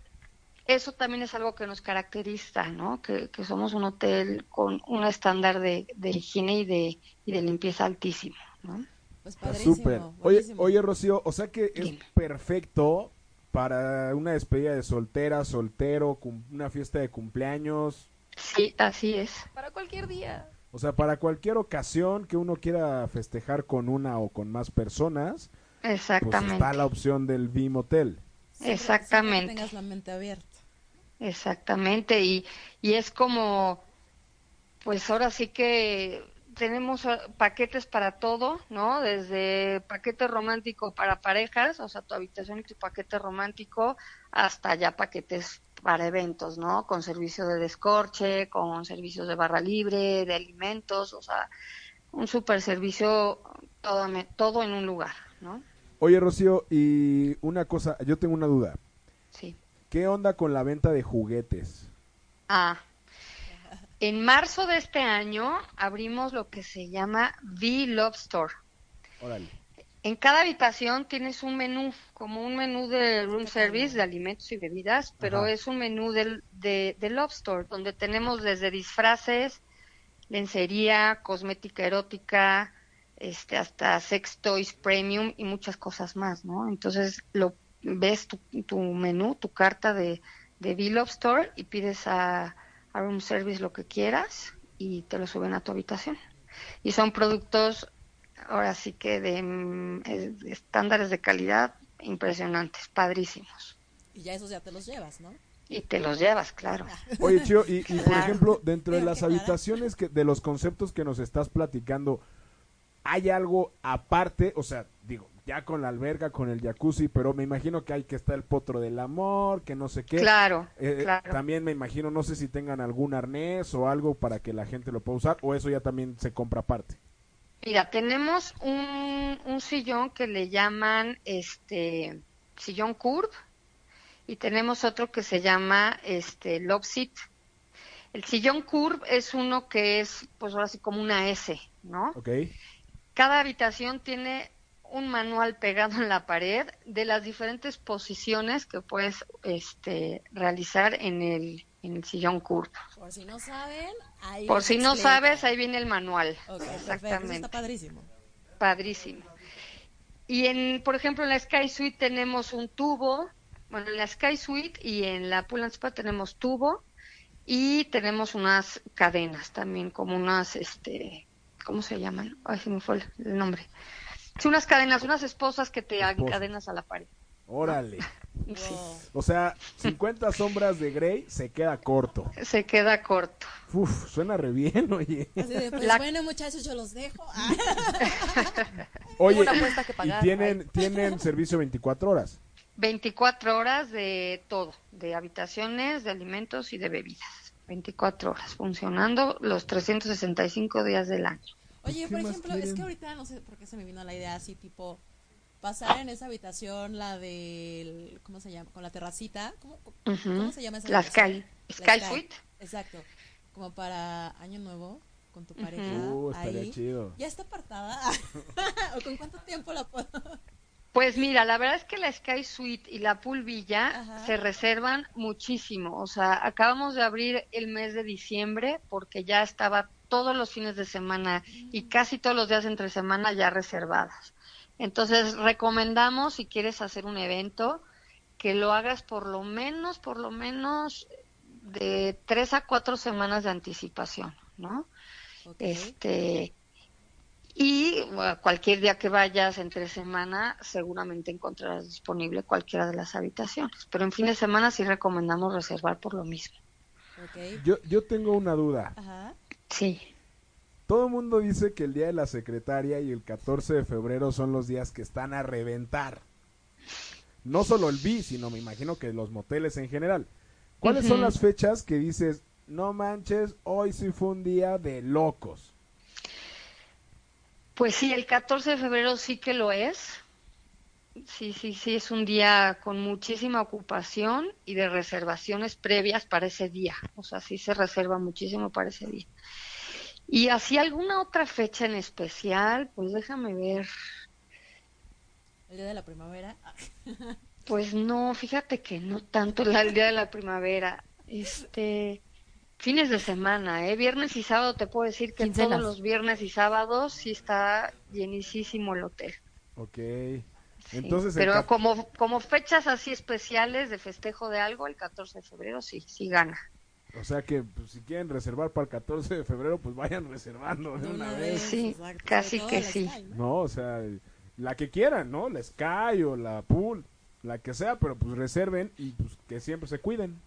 F: eso también es algo que nos caracteriza, ¿no? Que, que somos un hotel con un estándar de, de higiene y de, y de limpieza altísimo, ¿no?
E: Pues
B: Está
E: padrísimo.
B: súper. Oye,
E: buenísimo.
B: oye, Rocío, o sea que es
F: Dime.
B: perfecto para una despedida de soltera, soltero, cum- una fiesta de cumpleaños.
F: Sí, así es.
D: Para cualquier día.
B: O sea, para cualquier ocasión que uno quiera festejar con una o con más personas, pues
F: Exactamente.
B: está la opción del BIM Hotel.
E: pues, Siempre-
F: exactamente.
E: siempre tengas la mente abierta.
F: Exactamente, y, y es como, pues ahora sí que tenemos eh, paquetes para todo, ¿no? Desde paquete romántico para parejas, o sea, tu habitación y tu paquete romántico, hasta ya paquetes para eventos, ¿no? Con servicio de descorche, con servicios de barra libre, de alimentos, o sea, un super servicio, todo, me- todo en un lugar, ¿no?
B: Oye, Rocío, y una cosa, yo tengo una duda.
F: Sí.
B: ¿Qué onda con la venta de juguetes?
F: Ah. En marzo de este año abrimos lo que se llama The Love Store.
B: Órale.
F: En cada habitación tienes un menú, como un menú de room service, de alimentos y bebidas, pero
B: Ajá.
F: es un menú del- de, de Love Store, donde tenemos desde disfraces, lencería, cosmética erótica, este, hasta sex toys premium y muchas cosas más, ¿no? Entonces lo ves tu, tu menú, tu carta de, de Bill Store y pides a, a room service lo que quieras y te lo suben a tu habitación. Y son productos ahora sí que de, mm, es- de estándares de calidad impresionantes, padrísimos.
E: Y ya esos ya te los llevas, ¿no?
F: Y te los llevas, claro.
B: Oye, Chio, y, y, por
F: Claro.
B: ejemplo, dentro de
E: Digo,
B: las
E: qué raro.
B: habitaciones que, de los conceptos que nos estás platicando, ¿hay algo aparte? O sea, digo, ya con la alberga, con el jacuzzi, pero me imagino que hay que estar el potro del amor, que no sé qué.
F: Claro,
B: Eh, eh,
F: claro.
B: También me imagino, no sé si tengan algún arnés o algo para que la gente lo pueda usar, o eso ya también se compra aparte.
F: Mira, tenemos un, un sillón que le llaman este sillón curve y tenemos otro que se llama este love seat. El sillón curve es uno que es pues ahora sí como una S, ¿no?
B: ¿Ok?
F: Cada habitación tiene un manual pegado en la pared de las diferentes posiciones que puedes este, realizar en el, en el sillón curvo.
E: Por si no saben, ahí
F: Por
E: les
F: si no
E: explica.
F: sabes, ahí viene el manual.
E: Ok, perfecto, Eso está
F: Exactamente.
E: padrísimo.
F: Padrísimo. Y en, por ejemplo, en la Sky Suite tenemos un tubo. Bueno, en la Sky Suite y en la Pool and Spa tenemos tubo y tenemos unas cadenas también, como unas, este, ¿cómo se llaman? Ay, se me fue el- el nombre. Sí, unas cadenas, unas esposas que te
B: Esposas.
F: cadenas a la pared.
B: Órale.
F: Sí,
E: Wow.
B: O sea, 50 sombras de Grey se queda corto.
F: se queda corto.
B: Uf, suena re bien, oye.
E: Así de, pues
F: La-
E: bueno, muchachos, yo los dejo. Ah,
B: Oye,
D: una apuesta que
B: y
D: pagar,
B: tienen, tienen servicio 24 horas.
F: 24 horas de todo, de habitaciones, de alimentos y de bebidas. 24 horas, funcionando los 365 días del año.
B: Pues, ¿qué
E: Oye, por
B: más
E: ejemplo, es
B: quieren?
E: que ahorita no sé por qué se me vino la idea así, tipo, pasar en esa habitación, la del. ¿Cómo se llama? Con la terracita. ¿Cómo, cómo-
F: Ujú.
E: cómo se llama esa
F: La
E: habitación?
F: Sky-
E: La
F: Sky Suite.
E: Exacto. Como para Año Nuevo, con tu pareja.
B: Uh, estaría
E: Mm, ahí.
B: chido.
E: ¿Ya está apartada? ¿O con cuánto tiempo la puedo.?
F: Pues mira, la verdad es que la Sky Suite y la Pool Villa
E: Ajá.
F: se reservan muchísimo. O sea, acabamos de abrir el mes de diciembre porque ya estaba todos los fines de semana y
E: Mm.
F: casi todos los días entre semana ya reservadas. Entonces, recomendamos si quieres hacer un evento que lo hagas por lo menos, por lo menos de tres a cuatro semanas de anticipación, ¿no?
E: Ok.
F: Este y bueno, cualquier día que vayas entre semana seguramente encontrarás disponible cualquiera de las habitaciones, pero en fin de semana sí recomendamos reservar por lo mismo.
E: Ok.
B: Yo, yo tengo una duda.
E: Ajá.
F: Sí.
B: Todo el mundo dice que el día de la secretaria y el 14 de febrero son los días que están a reventar. No solo el B, sino me imagino que los moteles en general. ¿Cuáles son
F: Ujú.
B: las fechas que dices, no manches, hoy sí fue un día de locos?
F: Pues sí, el 14 de febrero sí que lo es. Sí, sí, sí, es un día con muchísima ocupación y de reservaciones previas para ese día. O sea, sí se reserva muchísimo para ese día. Y así alguna otra fecha en especial, pues déjame ver.
E: El día de la primavera.
F: Pues no, fíjate que no tanto la, el día de la primavera. Este, fines de semana, ¿eh? Viernes y sábado te puedo decir que
D: Quincenas.
F: todos los viernes y sábados sí está llenísimo el hotel.
B: Ok.
F: Sí,
B: Entonces, el
F: pero
B: ca-
F: como, como fechas así especiales de festejo de algo, el 14 de febrero sí, sí gana.
B: o sea que pues, si quieren reservar para el 14 de febrero, pues vayan reservando de una vez.
F: Sí,
E: exacto.
F: casi
E: Sobre
F: que
E: todo la
F: sí.
E: Sky, ¿no?
B: No, o sea, la que quieran, ¿no? La Sky o la Pool, la que sea, pero pues reserven y pues que siempre se cuiden.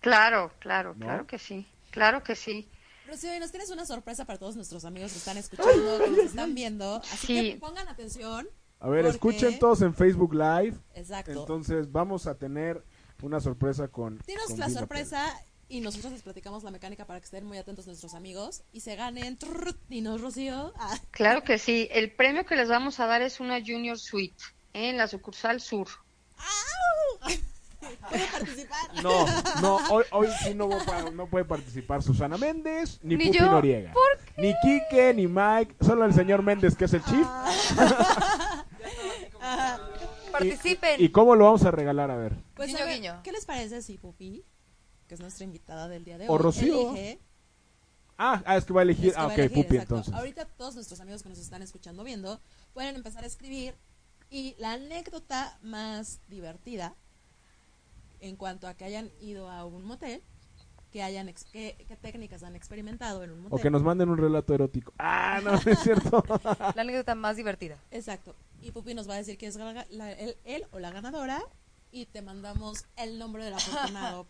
F: Claro, claro,
B: ¿No?
F: claro que sí, claro que sí.
E: Rocío, y nos tienes una sorpresa para todos nuestros amigos que están escuchando, que nos están viendo. Así que
F: Sí.
E: pongan atención.
B: A ver,
E: ¿Por
B: escuchen
E: qué?
B: todos en Facebook Live.
E: Exacto.
B: Entonces vamos a tener una sorpresa con...
E: Dinos
B: con
E: la
B: Vino
E: sorpresa y nosotros les platicamos la mecánica para que estén muy atentos nuestros amigos y se ganen. trrr, Dinos, Rocío. Ah,
F: Claro que sí. El premio que les vamos a dar es una Junior Suite ¿eh? en la sucursal sur.
E: ¿Puedo participar?
B: Pérez. No, no, hoy, hoy sí no, voy pa- no puede participar Susana Méndez, ni,
D: Ni
B: Pupi
D: yo,
B: Noriega,
D: ¿por
B: ni Quique, ni Mike, solo el señor Méndez que es el chief.
D: Ah, Participen.
B: ¿Y cómo lo vamos a regalar? A ver.
E: Pues a
D: Guiño,
E: ver,
D: guiño.
E: ¿qué les parece si Pupi, que es nuestra invitada del día de
B: O
E: hoy,
B: Rocío.
E: elige
B: Ah, ah, es que va a elegir.
E: Es que
B: ah,
E: va a
B: ok,
E: elegir,
B: Pupi,
E: exacto.
B: entonces.
E: Ahorita todos nuestros amigos que nos están escuchando viendo pueden empezar a escribir y la anécdota más divertida en cuanto a que hayan ido a un motel, que hayan ex- qué, qué técnicas han experimentado en un
B: O
E: motel.
B: que nos manden un relato erótico. Ah, no, no es cierto.
D: La anécdota más divertida.
E: Exacto. Y Pupi nos va a decir que es la- la- el, él o la ganadora y te mandamos el nombre del afortunado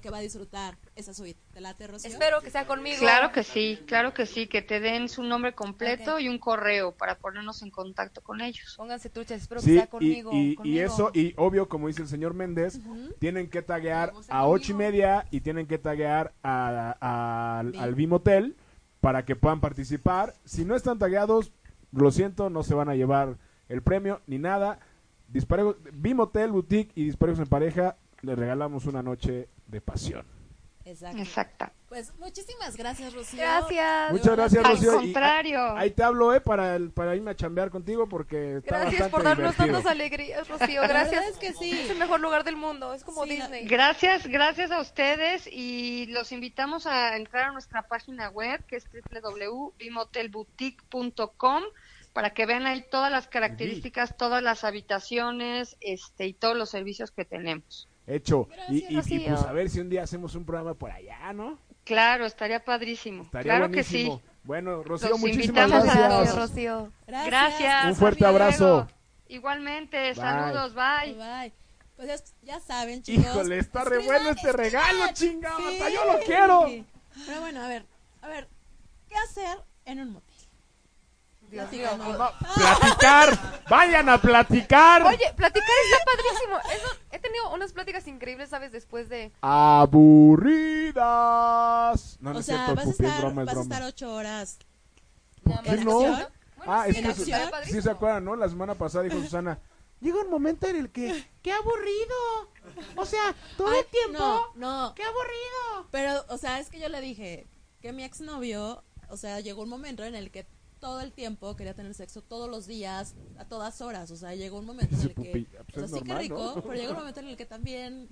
E: que va a disfrutar esa suite. ¿Te late, Rocío?
D: Espero que sea conmigo.
F: Claro que sí, claro que sí, que te den su nombre completo
E: Ok.
F: y un correo para ponernos en contacto con ellos.
D: Pónganse truchas, espero que
B: Sí,
D: sea
B: y,
D: conmigo.
B: y- y
D: conmigo.
B: eso, y obvio, como dice el señor Méndez, tienen que taguear
D: Vamos a
B: a ocho y
D: conmigo.
B: media y tienen que taguear a- a- al-
E: Bi.
B: al Bimotel para que puedan participar. Si no están tagueados, lo siento, no se van a llevar el premio ni nada. Disparejos, Bimotel, Boutique y Disparejos en Pareja, les regalamos una noche de pasión.
E: Exacto.
F: Exacta.
E: Pues muchísimas gracias, Rocío.
D: Gracias.
B: Muchas gracias,
F: Al
B: Rocío. y- ah,
F: contrario.
B: Ahí te hablo, eh, para, el- para irme a chambear contigo porque está
D: Gracias
B: bastante
D: por darnos
B: divertido.
D: tantas alegrías, Rocío.
E: La verdad
D: Gracias.
E: es que sí.
D: Es el mejor lugar del mundo. Es como
E: Sí, la-
D: Disney.
F: Gracias, gracias a ustedes y los invitamos a entrar a nuestra página web que es www.bimotelboutique.com para que vean ahí todas las características, todas las habitaciones este, y todos los servicios que tenemos.
B: Hecho. Y, y- y,
D: Rocío.
B: pues a ver si un día hacemos un programa por allá, ¿no?
F: Claro, estaría padrísimo.
B: Estaría
F: claro
B: buenísimo.
F: que sí.
B: Bueno, Rocío,
F: Los
B: muchísimas
F: invitamos
D: Muchas
F: a
B: gracias.
D: gracias, Rocío.
E: Gracias.
F: Gracias.
B: Un fuerte
F: Hasta
B: abrazo.
F: luego. Igualmente, saludos, bye.
E: Bye. Pues ya, ya saben, chicos.
B: Híjole, está re
E: Escriban,
B: bueno este
E: escriban.
B: regalo, chingado.
E: Sí.
B: Hasta yo lo quiero.
E: Pero bueno, a ver, a ver, ¿qué hacer en un motel?
D: Dios
E: Platícanos.
D: mío.
B: Platicar. Vayan a platicar.
D: Oye, platicar está padrísimo. Eso, he tenido unas pláticas increíbles, ¿sabes? Después de...
B: Aburridas. No, no
E: o
B: es
E: sea,
B: cierto,
E: vas a
B: Pupi, es
E: estar,
B: broma, es
E: vas a
B: broma.
E: estar ocho horas.
D: Nada
B: ¿Qué
D: más.
B: no?
D: Bueno,
B: Ah,
D: sí,
B: es que
D: en
E: su-
D: acción.
B: Sí se acuerdan, ¿no? La semana pasada dijo Susana, llega un momento en el que, qué aburrido. O sea, todo
E: Ay,
B: el tiempo,
E: No, no.
B: qué aburrido.
E: Pero, o sea, es que yo le dije que mi exnovio, o sea, llegó un momento en el que todo el tiempo quería tener sexo todos los días, a todas horas. O sea, llegó un momento en
B: Sí,
E: el
B: pupi,
E: que. O sea,
B: pues es
E: sí que
B: normal,
E: rico,
B: ¿no?
E: pero llega un momento en el que también.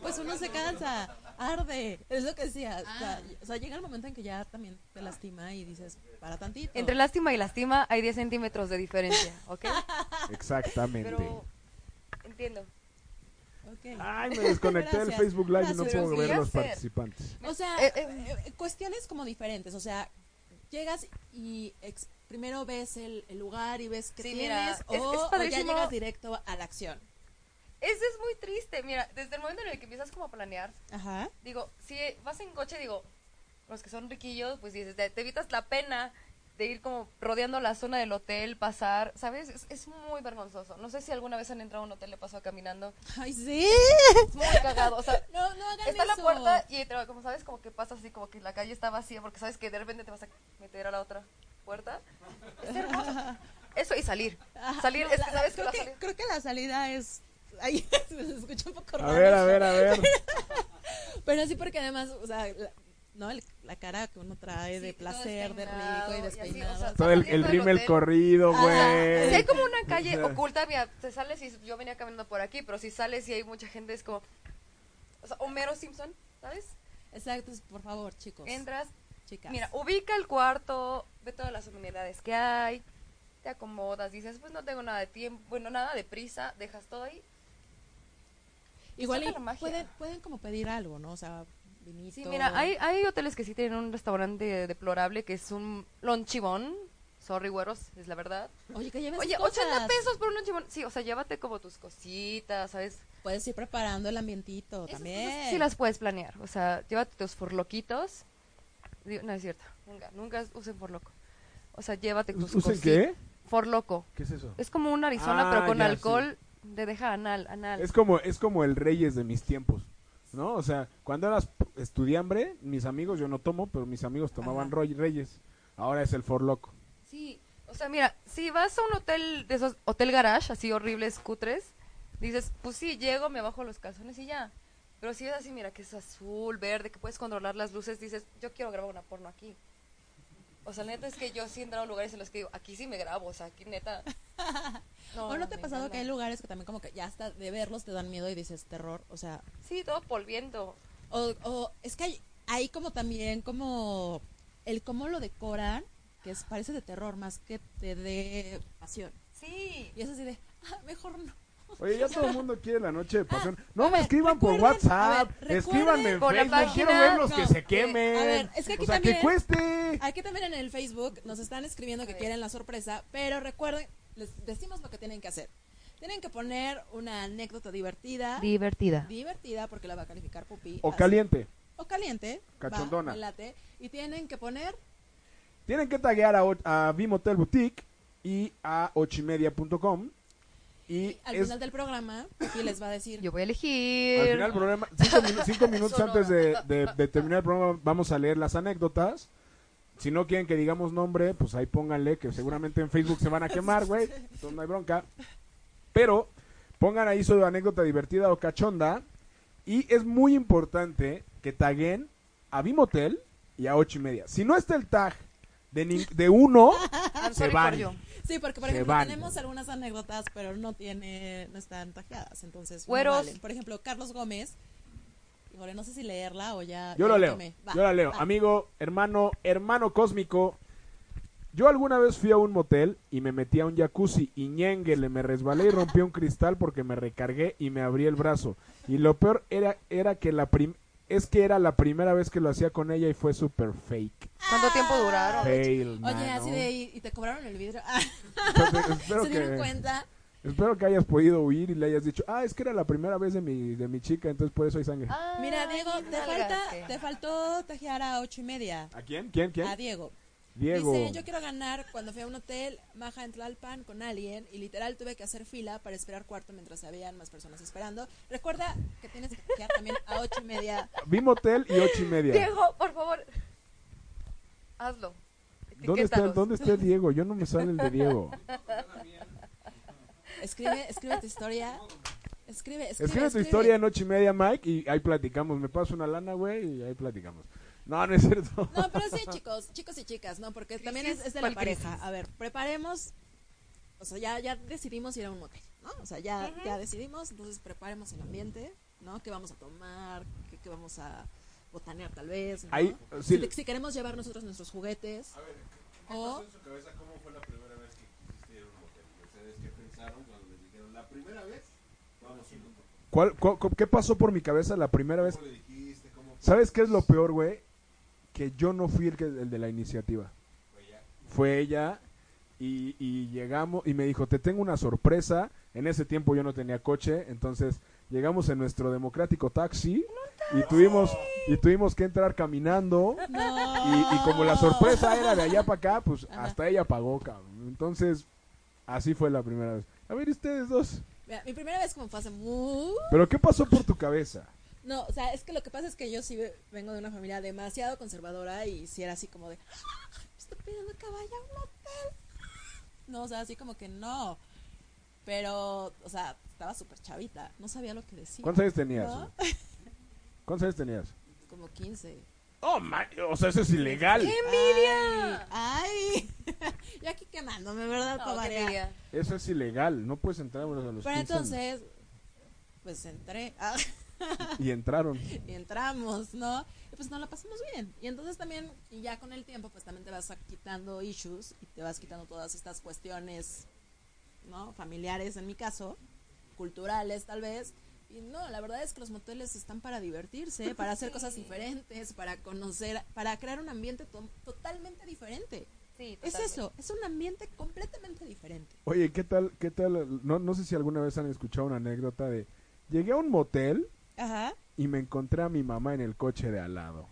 E: Pues uno se cansa, arde. Es lo que decía. O sea, y- O sea, llega el momento en que ya también te lastima y dices, para tantito.
D: Entre lástima y lástima hay 10 centímetros de diferencia, ¿ok?
B: Exactamente.
D: Pero... Entiendo.
E: Ok.
B: Ay, me desconecté del
E: Gracias.
B: Facebook Live y no
E: Gracias,
B: puedo
D: pero sí
B: ver los
D: hacer.
B: participantes.
E: O sea,
D: Eh, eh.
E: eh, eh, cuestiones como diferentes. O sea, llegas y ex- primero ves el, el lugar y ves qué
D: Sí, mira,
E: tienes
D: es-
E: o,
D: es
E: o ya
D: padrísimo.
E: llegas directo a la acción.
D: Eso es muy triste. Mira, desde el momento en el que empiezas como a planear,
E: Ajá.
D: digo, si vas en coche, digo, los que son riquillos, pues dices, te, te evitas la pena de ir como rodeando la zona del hotel, pasar, ¿sabes? Es, es muy vergonzoso. No sé si alguna vez han entrado a un hotel, le pasó caminando.
E: Ay, sí.
D: Es muy cagado, o sea...
E: No, no hagan
D: Está la
E: eso.
D: puerta y entra, como sabes, como que pasa así, como que la calle está vacía, porque sabes que de repente te vas a meter a la otra puerta. Es hermoso. Eso y salir.
E: Ajá,
D: Salir,
E: Ah, no,
D: es
E: la-
D: que
E: la-
D: sabes que
E: creo
D: la
E: que,
D: salida-
E: creo que la salida es Ay, se escucha un poco
B: A
E: raro.
B: ver, a ver, a ver.
E: Pero sí porque además, o sea, la, no el- la cara que uno trae
D: Sí,
E: de
D: todo
E: placer, de
D: despeinado
E: rico y
D: y así, o
E: despeinado.
D: sea,
B: Todo el, el
D: saliendo del
B: rímel
D: hotel.
B: corrido,
D: Si hay
B: güey.
D: como una calle
B: Ajá.
D: oculta, mira, te sales y yo venía caminando por aquí, pero si sales y hay mucha gente, es como. O sea, Homero Simpson, ¿sabes?
E: Exacto, es- por favor, chicos.
D: Entras,
E: chicas.
D: mira, ubica el cuarto, ve todas las amenidades que hay, te acomodas, dices, pues no tengo nada de tiempo, bueno, nada de prisa, dejas todo ahí.
E: Igual
D: saca
E: y
D: la magia.
E: pueden, pueden como pedir algo, ¿no? O sea, vinito.
D: Sí, mira, hay, hay hoteles que sí tienen un restaurante deplorable que es un lonchibón. Sorry, güeros, es la verdad.
E: Oye, que lleven
D: Oye,
E: sus
D: 80
E: cosas.
D: pesos por un lonchibón. Sí, o sea, llévate como tus cositas, ¿sabes?
E: Puedes ir preparando el ambientito
D: Esas
E: también.
D: cosas pues, sí las puedes planear. O sea, llévate tus forloquitos. Digo, No es cierto. Nunca, nunca usen forloco. O sea, llévate tus
B: ¿Usen
D: cositas.
B: qué?
D: Forloco.
B: ¿Qué es eso?
D: Es como un Arizona,
B: Ah,
D: pero con
B: ya,
D: alcohol te deja anal, anal.
B: Es como, es como el Reyes de mis tiempos, ¿no? O sea, cuando eras estudiambre, mis amigos, yo no tomo, pero mis amigos tomaban roy- Reyes. Ahora es el Forloco.
D: Sí, o sea, mira, si vas a un hotel de esos, hotel garage, así horribles, cutres, dices, pues sí, llego, me bajo los calzones y ya. Pero si es así, mira, que es azul, verde, que puedes controlar las luces, dices, yo quiero grabar una porno aquí. O sea, neta es que yo sí he entrado a lugares en los que digo, aquí sí me grabo, o sea, aquí neta.
E: ¿O no te ha
D: me
E: pasado
D: encanta.
E: que hay lugares que también como que ya hasta de verlos te dan miedo y dices terror? O sea,
D: Sí, todo polviento.
E: o, o es que hay, Ahí como también, como el cómo lo decoran, que es, parece de terror más que te dé pasión.
D: Sí.
E: Y es así de, ah, mejor no.
B: Oye, ya todo el mundo quiere la noche de pasión. No
E: a
B: me
E: ver,
B: escriban por
E: recuerden-
B: WhatsApp,
E: a ver,
B: escríbanme en
D: por la
B: Facebook. Quiero
D: página-
B: verlos que
E: no,
B: se
E: eh,
B: quemen.
E: a ver, es que aquí
B: o sea, que
E: también-
B: cueste.
E: Aquí también en el Facebook nos están escribiendo que quieren la sorpresa, pero recuerden, les decimos lo que tienen que hacer. Tienen que poner una anécdota divertida.
D: Divertida.
E: divertida porque la va a calificar Pupi.
B: O
E: así-
B: caliente.
E: O caliente. va,
B: Cachondona.
E: me late. y tienen que poner
B: Tienen que taguear a, o- a Bimotel Boutique y a ochimedia.com. Y
E: al
B: es-
E: final del programa y les va a decir.
D: Yo voy a elegir.
B: al final del programa, cinco, minu- cinco minutos
D: Sonora.
B: antes de, de- de terminar el programa, vamos a leer las anécdotas. Si no quieren que digamos nombre, pues ahí pónganle, que seguramente en Facebook se van a quemar, güey. Entonces no hay bronca. Pero pongan ahí su anécdota divertida o cachonda. Y es muy importante que taguen a Bimotel y a ocho y media. Si no está el tag de, nin- de uno,
D: I'm
B: se
D: sorry
B: van.
D: for you.
E: Sí, porque por
B: Se
E: ejemplo
B: van.
E: tenemos algunas anécdotas, pero no tiene, no están tajeadas, entonces no
D: Güeros.
E: valen. Por ejemplo, Carlos Gómez. híjole, no sé si leerla o ya.
B: Yo
E: ya
B: lo
E: la
B: leo.
E: quemé. Va,
B: yo la leo.
E: va.
B: Amigo, hermano, hermano cósmico. Yo alguna vez fui a un motel y me metí a un jacuzzi y ñénguele, me resbalé y rompí un cristal porque me recargué y me abrí el brazo. Y lo peor era, era que la prim- es que era la primera vez que lo hacía con ella y fue super fake.
D: ¿Cuánto tiempo duraron?
B: Fail,
E: Oye,
B: mano.
E: así de y, y te cobraron el vidrio. Ah,
B: Entonces, espero,
E: se dieron
B: que,
E: cuenta.
B: espero que hayas podido huir y le hayas dicho, ah, es que era la primera vez de mi, de mi chica, entonces por eso hay sangre.
E: Ah.
D: Ay,
E: Mira, Diego, te
D: nalgas, ¿qué?
E: falta, te faltó tajear a ocho y media.
B: ¿A quién? ¿Quién? ¿Quién?
E: A Diego.
B: Diego.
E: Dice, yo quiero ganar cuando fui a un hotel maja en Tlalpan con alguien y literal tuve que hacer fila para esperar cuarto mientras habían más personas esperando. Recuerda que tienes que quedar también a ocho y media.
B: Vi motel y ocho y media.
D: Diego, por favor. Hazlo.
B: ¿Dónde está, el-
D: Etiquétalos.
B: ¿Dónde está el Diego? Yo no me sale el de Diego.
E: Escribe, escribe tu historia. Escribe, escribe,
B: Escribe tu historia en ocho y media, Mike, y ahí platicamos. Me paso una lana, güey, y ahí platicamos. No, no es cierto.
E: No, pero sí, chicos, chicos y chicas, ¿no? Porque también es,
D: Crisis,
E: es de la
D: ¿cuál
E: pareja. A ver, preparemos. O sea, ya, ya decidimos ir a un motel, ¿no? O sea, ya, ya decidimos, entonces preparemos el ambiente, ¿no? ¿Qué vamos a tomar? ¿Qué, qué vamos a botanear tal vez? ¿no?
B: Ahí, sí.
E: si, te- si queremos llevar nosotros nuestros juguetes. o,
G: en su cabeza cómo fue la primera vez que quisiste ir a un motel? ¿Ustedes qué pensaron cuando les dijeron la primera vez? Vamos a un motel"?
B: ¿Cuál- cu- cu- ¿Qué pasó por mi cabeza la primera vez?
G: ¿Cómo le dijiste? ¿Cómo fue?
B: ¿Sabes qué es lo peor, güey? Que yo no fui el, que, el de la iniciativa. Fue ella y, y llegamos y me dijo, te tengo una sorpresa. En ese tiempo yo no tenía coche, entonces llegamos en nuestro democrático taxi y tuvimos y tuvimos que entrar caminando. Y, y como la sorpresa era de allá para acá, pues hasta ella pagó, cabrón. Entonces, así fue la primera vez. A ver, ustedes dos.
E: Mira, mi primera vez como fue hace mu-
B: ¿Pero qué pasó por tu cabeza?
E: No, o sea, es que lo que pasa es que yo sí ve- vengo de una familia demasiado conservadora y si era así como de, "Ah, me está pidiendo que vaya a un hotel. No, o sea, así como que no. Pero, o sea, estaba súper chavita, no sabía lo que decía.
B: ¿Cuántos años tenías?
E: ¿no?
B: ¿Cuántos años tenías?
E: Como 15.
B: Oh, ma- o sea, eso es ilegal.
E: ¡Envidia! ¡Ay! yo aquí quemándome, ¿verdad,
D: No, qué
E: comadre?
D: envidia.
B: Eso es ilegal. No puedes entrar a los 15
E: Pero
B: años.
E: entonces, pues entré. Ah.
B: Y entraron.
E: y entramos, ¿no? Y pues no la pasamos bien. Y entonces también, y ya con el tiempo, pues también te vas quitando issues y te vas quitando todas estas cuestiones, ¿no? Familiares en mi caso, culturales tal vez. Y no, la verdad es que los moteles están para divertirse, para hacer cosas diferentes, para conocer, para crear un ambiente to- totalmente diferente.
D: Sí,
E: Es
D: totalmente.
E: eso, es un ambiente completamente diferente.
B: Oye, ¿qué tal? ¿Qué tal? No, no sé si alguna vez han escuchado una anécdota de... Llegué a un motel
E: Ajá.
B: y me encontré a mi mamá en el coche de al lado.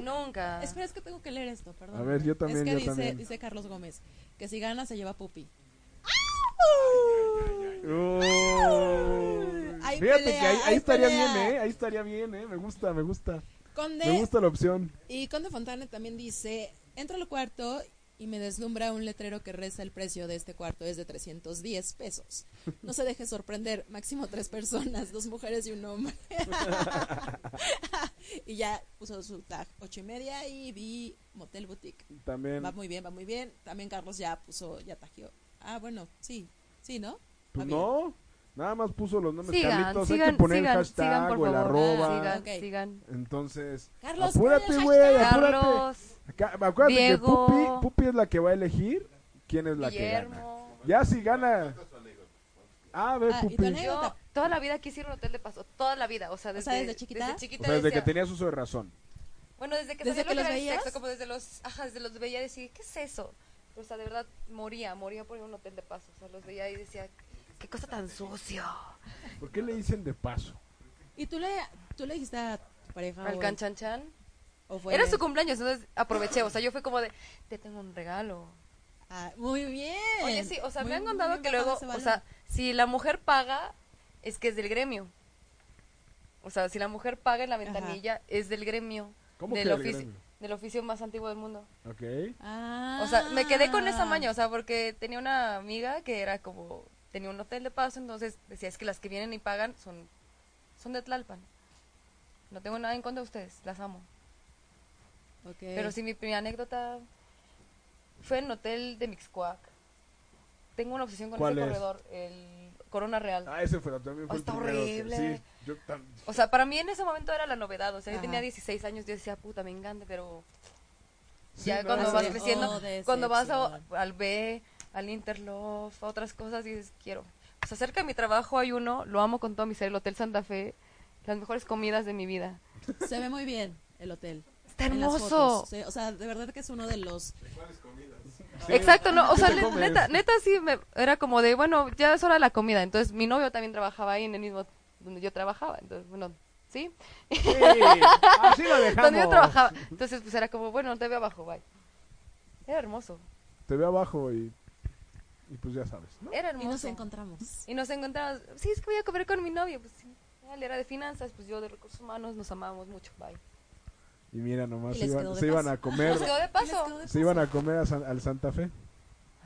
D: Nunca.
E: Espera, es que tengo que leer esto, perdón.
B: A ver, yo también,
E: Es que
B: yo
E: dice,
B: también.
E: dice Carlos Gómez, que si gana se lleva pupi. Hay
B: Fíjate
E: pelea,
B: que ahí, ahí
E: hay
B: estaría
E: pelea.
B: bien, ¿eh? Ahí estaría bien, ¿eh? Me gusta, me gusta.
E: Conde
B: Me gusta la opción.
E: y Conde Fontana también dice, entro al cuarto y me deslumbra un letrero que reza el precio de este cuarto es de 310 pesos. No se deje sorprender, máximo tres personas, dos mujeres y un hombre. y ya puso su tag ocho y media y vi Motel Boutique.
B: También.
E: Va muy bien, va muy bien. También Carlos ya puso, ya tagió. Ah, bueno, sí, sí, ¿no?
B: Pues
E: Va bien.
B: no. Nada más puso los nombres
D: Sigan,
B: Carlitos. hay
D: sigan,
B: que poner el
D: sigan,
B: hashtag
D: sigan, por
B: o el
D: favor. Ah,
B: arroba.
D: Sigan,
E: Ok.
D: sigan.
B: Entonces,
E: Carlos,
B: apúrate,
E: ponle el
B: güey,
E: hashtag.
B: apúrate.
D: Carlos,
B: Ca- Acuérdate
D: Diego.
B: que Pupi, Pupi es la que va a elegir quién es la que gana.
D: Guillermo.
B: Ya si gana. Ah, a ver,
E: Ah, y
B: Pupi.
E: tu anécdota.
B: O
D: Yo toda la vida quise ir a un hotel de paso, toda la vida, o sea, desde,
E: sea, ¿desde chiquita?
D: desde chiquita
B: sea, desde que
D: decía-
B: tenías uso de razón.
D: Bueno, desde que
E: ¿Desde
D: sabía
E: que
D: lo
E: los
D: era el
E: veías?
D: sexo, como desde los, ajá, desde los veía y decía, ¿qué es eso? O sea, de verdad moría, moría por ir a un hotel de paso, o sea, los veía y decía, qué cosa tan sucio.
E: Ah,
B: ¿Por qué le dicen de paso?
E: ¿Y tú le, tú le dijiste a tu pareja?
D: Al
E: o-
D: canchanchan.
E: o fue-
D: Era su cumpleaños, entonces aproveché, o sea, yo fue como de, te tengo un regalo.
E: Ah, muy bien.
D: Oye, sí, o sea,
E: Muy-
D: me han contado
E: muy
D: que
E: bajado
D: luego,
E: ese
D: o
E: balón.
D: sea, si la mujer paga, es que es del gremio. O sea, si la mujer paga en la ventanilla, es del gremio.
B: ¿Cómo
D: del
B: que del
D: ofici-
B: gremio?
D: Del oficio más antiguo del mundo.
B: ¿Ok?
E: Ah.
D: O sea, me quedé con esa maña, o sea, porque tenía una amiga que era como, tenía un hotel de paso, entonces decía, es que las que vienen y pagan son, son de Tlalpan. No tengo nada en contra de ustedes, las amo.
E: Ok.
D: Pero sí, mi primera anécdota fue en un hotel de Mixcoac. Tengo una obsesión con
B: ¿Cuál
D: ese
B: es?
D: corredor, el Corona Real.
B: Ah, ese fue también fue
D: Oh, está
B: el primero que-
D: horrible.
B: sí, yo tam-
D: O sea, para mí en ese momento era la novedad. O sea, yo
E: Ajá.
D: tenía 16 años, yo decía, puta, me encanta, pero
B: sí,
D: ya
B: no,
D: cuando
B: no,
D: vas
E: sí.
B: no.
D: creciendo,
E: Oh, decepción.
D: cuando vas a- al B, al Interlove, a otras cosas, dices, quiero. O sea, cerca de mi trabajo hay uno, lo amo con todo mi ser, el Hotel Santa Fe, las mejores comidas de mi vida.
E: Se ve muy bien el hotel.
D: Está
E: en las
D: hermoso.
E: fotos. Se- o sea, de verdad que es uno de los.
D: Exacto, no, o
B: ¿Qué
D: sea,
B: te
D: le-
B: comes?
D: neta, neta sí me, era como de, bueno, ya es hora de la comida, entonces mi novio también trabajaba ahí en el mismo donde yo trabajaba, entonces, bueno, ¿sí?
B: Sí, así lo dejamos.
D: Donde yo trabajaba, entonces pues era como, bueno, te veo abajo, bye. Era hermoso,
B: Te veo abajo y, y pues ya sabes, ¿no?
D: era
E: Y
D: hermoso.
E: nos encontramos.
D: Y nos encontramos, sí, es que voy a comer con mi novio, pues sí, él era de finanzas, pues yo de recursos humanos, nos amamos mucho, bye.
B: Y mira nomás,
E: Y
B: se
E: les
B: iban,
E: quedó de
B: se iban
E: paso.
B: a comer,
D: Nos quedó de paso. Ah,
B: se iban a comer a San- al Santa Fe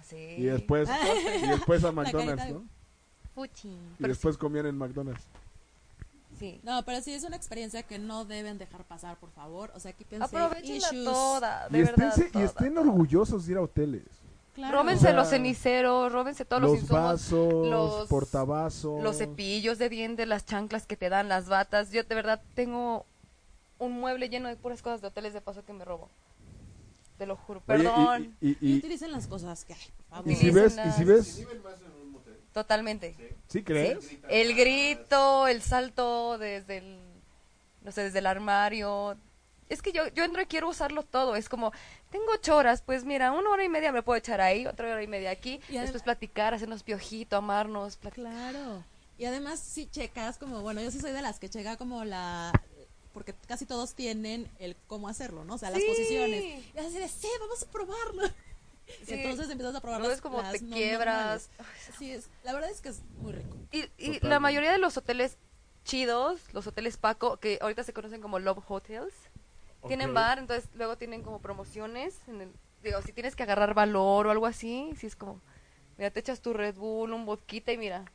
D: Así.
B: y después y después a McDonald's,
E: carita de-
B: ¿no?
D: Puchi.
B: Y después comían en McDonald's.
D: Sí.
E: No, pero sí es una experiencia que no deben dejar pasar, por favor. O sea, aquí pensé.
D: Aprovechenla
E: issues.
D: toda, Ah, de
B: y,
D: verdad.
B: esténse- y
D: toda,
B: estén
D: toda.
B: orgullosos de ir a hoteles.
E: Claro.
D: Róbense
B: O sea,
D: los ceniceros, róbense todos los,
B: los
D: insumos,
B: vasos,
D: los-
B: portavasos.
D: los cepillos de dientes, las chanclas que te dan, las batas. Yo de verdad tengo un mueble lleno de puras cosas de hoteles de paso que me robo. Te lo juro.
B: Oye, y-
D: Perdón.
B: y, y-
E: Y
B: y-
E: utilicen las cosas que hay, por favor.
B: y
D: Utilicen
B: si ves, y si ves,
D: las- Totalmente.
B: ¿sí crees?
D: Sí. El grito, el salto desde el, no sé, desde el armario. Es que yo, yo entro y quiero usarlo todo. Es como, tengo ocho horas, pues mira, una hora y media me puedo echar ahí, otra hora y media aquí.
E: Y adem-
D: después platicar, hacernos piojito, amarnos. plati-
E: Claro. Y además, si checas, como, bueno, yo sí soy de las que checa como la. Porque casi todos tienen el cómo hacerlo, ¿no? O sea, las
D: Sí.
E: posiciones. Y así de, sí, vamos a probarlo.
D: Sí.
E: Y entonces empiezas a probar
D: Luego
E: las-
D: es como
E: las
D: te
E: no
D: quiebras.
E: normales. Así es. La verdad es que es muy rico.
D: Y, y
B: Totalmente.
D: la mayoría de los hoteles chidos, los hoteles Paco, que ahorita se conocen como Love Hotels, tienen
B: Ok.
D: bar, entonces luego tienen como promociones. En el, digo, si tienes que agarrar valor o algo así, si es como, mira, te echas tu Red Bull, un vodquita y mira.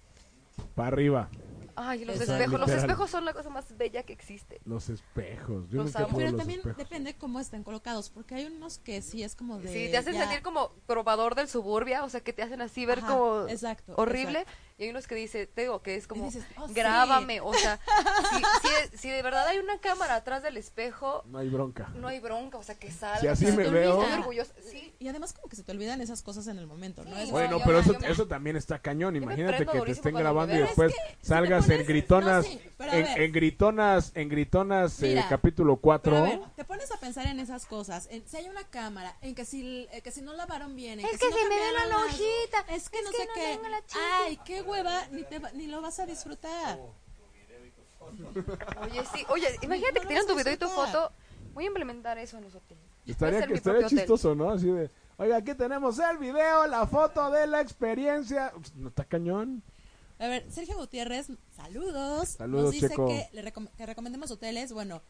B: Para arriba,
D: Ay, los
E: Eso,
D: espejos. Los
B: literal.
D: espejos son la cosa más bella que existe.
B: los espejos. Yo
D: Los
B: nunca
D: amo.
B: puedo
E: Pero
B: los
E: también
B: espejos.
E: depende cómo estén colocados, porque hay unos que sí es como de.
D: sí, te hacen
E: ya-
D: sentir como probador del suburbia, o sea, que te hacen así ver
E: Ajá,
D: como
E: exacto,
D: horrible.
E: exacto.
D: Y hay unos que dice, te digo, que es como,
E: dices, "Oh, sí".
D: grábame, o sea, si, si- si de verdad hay una cámara atrás del espejo,
B: No hay bronca.
D: no hay bronca, o sea, que salga.
B: Si así
D: que
B: me
D: estoy
B: veo-
D: muy orgullosa. Sí,
E: Y además, como que se te olvidan esas cosas en el momento, ¿no?
D: Sí,
E: Es
D: no,
B: Bueno,
D: yo
B: pero
D: me-
B: eso,
D: yo me-
B: eso también está cañón.
D: me
B: Imagínate
D: prendo
B: que te
D: durísimo
B: estén
D: cuando me
B: grabando y
D: vean.
B: después
E: Pero es que si te
B: salgas en
E: pones-
B: gritonas,
E: no, sí, pero a
B: en,
E: ver.
B: en gritonas, en gritonas, eh,
E: Mira,
B: capítulo
E: Pero a
B: 4.
E: ver,
D: este
E: te pones a pensar en esas cosas, en si hay una cámara, en que si, eh, que si no lavaron bien, en
D: Es
E: que,
D: que
E: si no
D: se me
E: cambiaron
D: ve la
E: las-
D: lonjita,
E: es que
D: es
E: no
D: que
E: sé
D: no
E: qué,
D: tengo la chichi.
E: ay, qué hueva, ni, te va- ni lo vas a disfrutar.
D: oye, sí, oye, imagínate
E: no
D: que
E: lo
D: tienen
E: vas a
D: tu video y tu
E: disfrutar.
D: foto. Voy a implementar eso en los hoteles. Voy a
B: Estaría,
D: hacer
B: que,
D: mi
B: estaría
D: propio hotel.
B: chistoso, ¿no? Así de, oiga, aquí tenemos el video, la foto de la experiencia. Ups, No está cañón.
E: A ver, Sergio Gutiérrez, saludos.
B: Saludos,
E: Nos dice
B: Checo.
E: que, le recom- que recomendemos hoteles, bueno,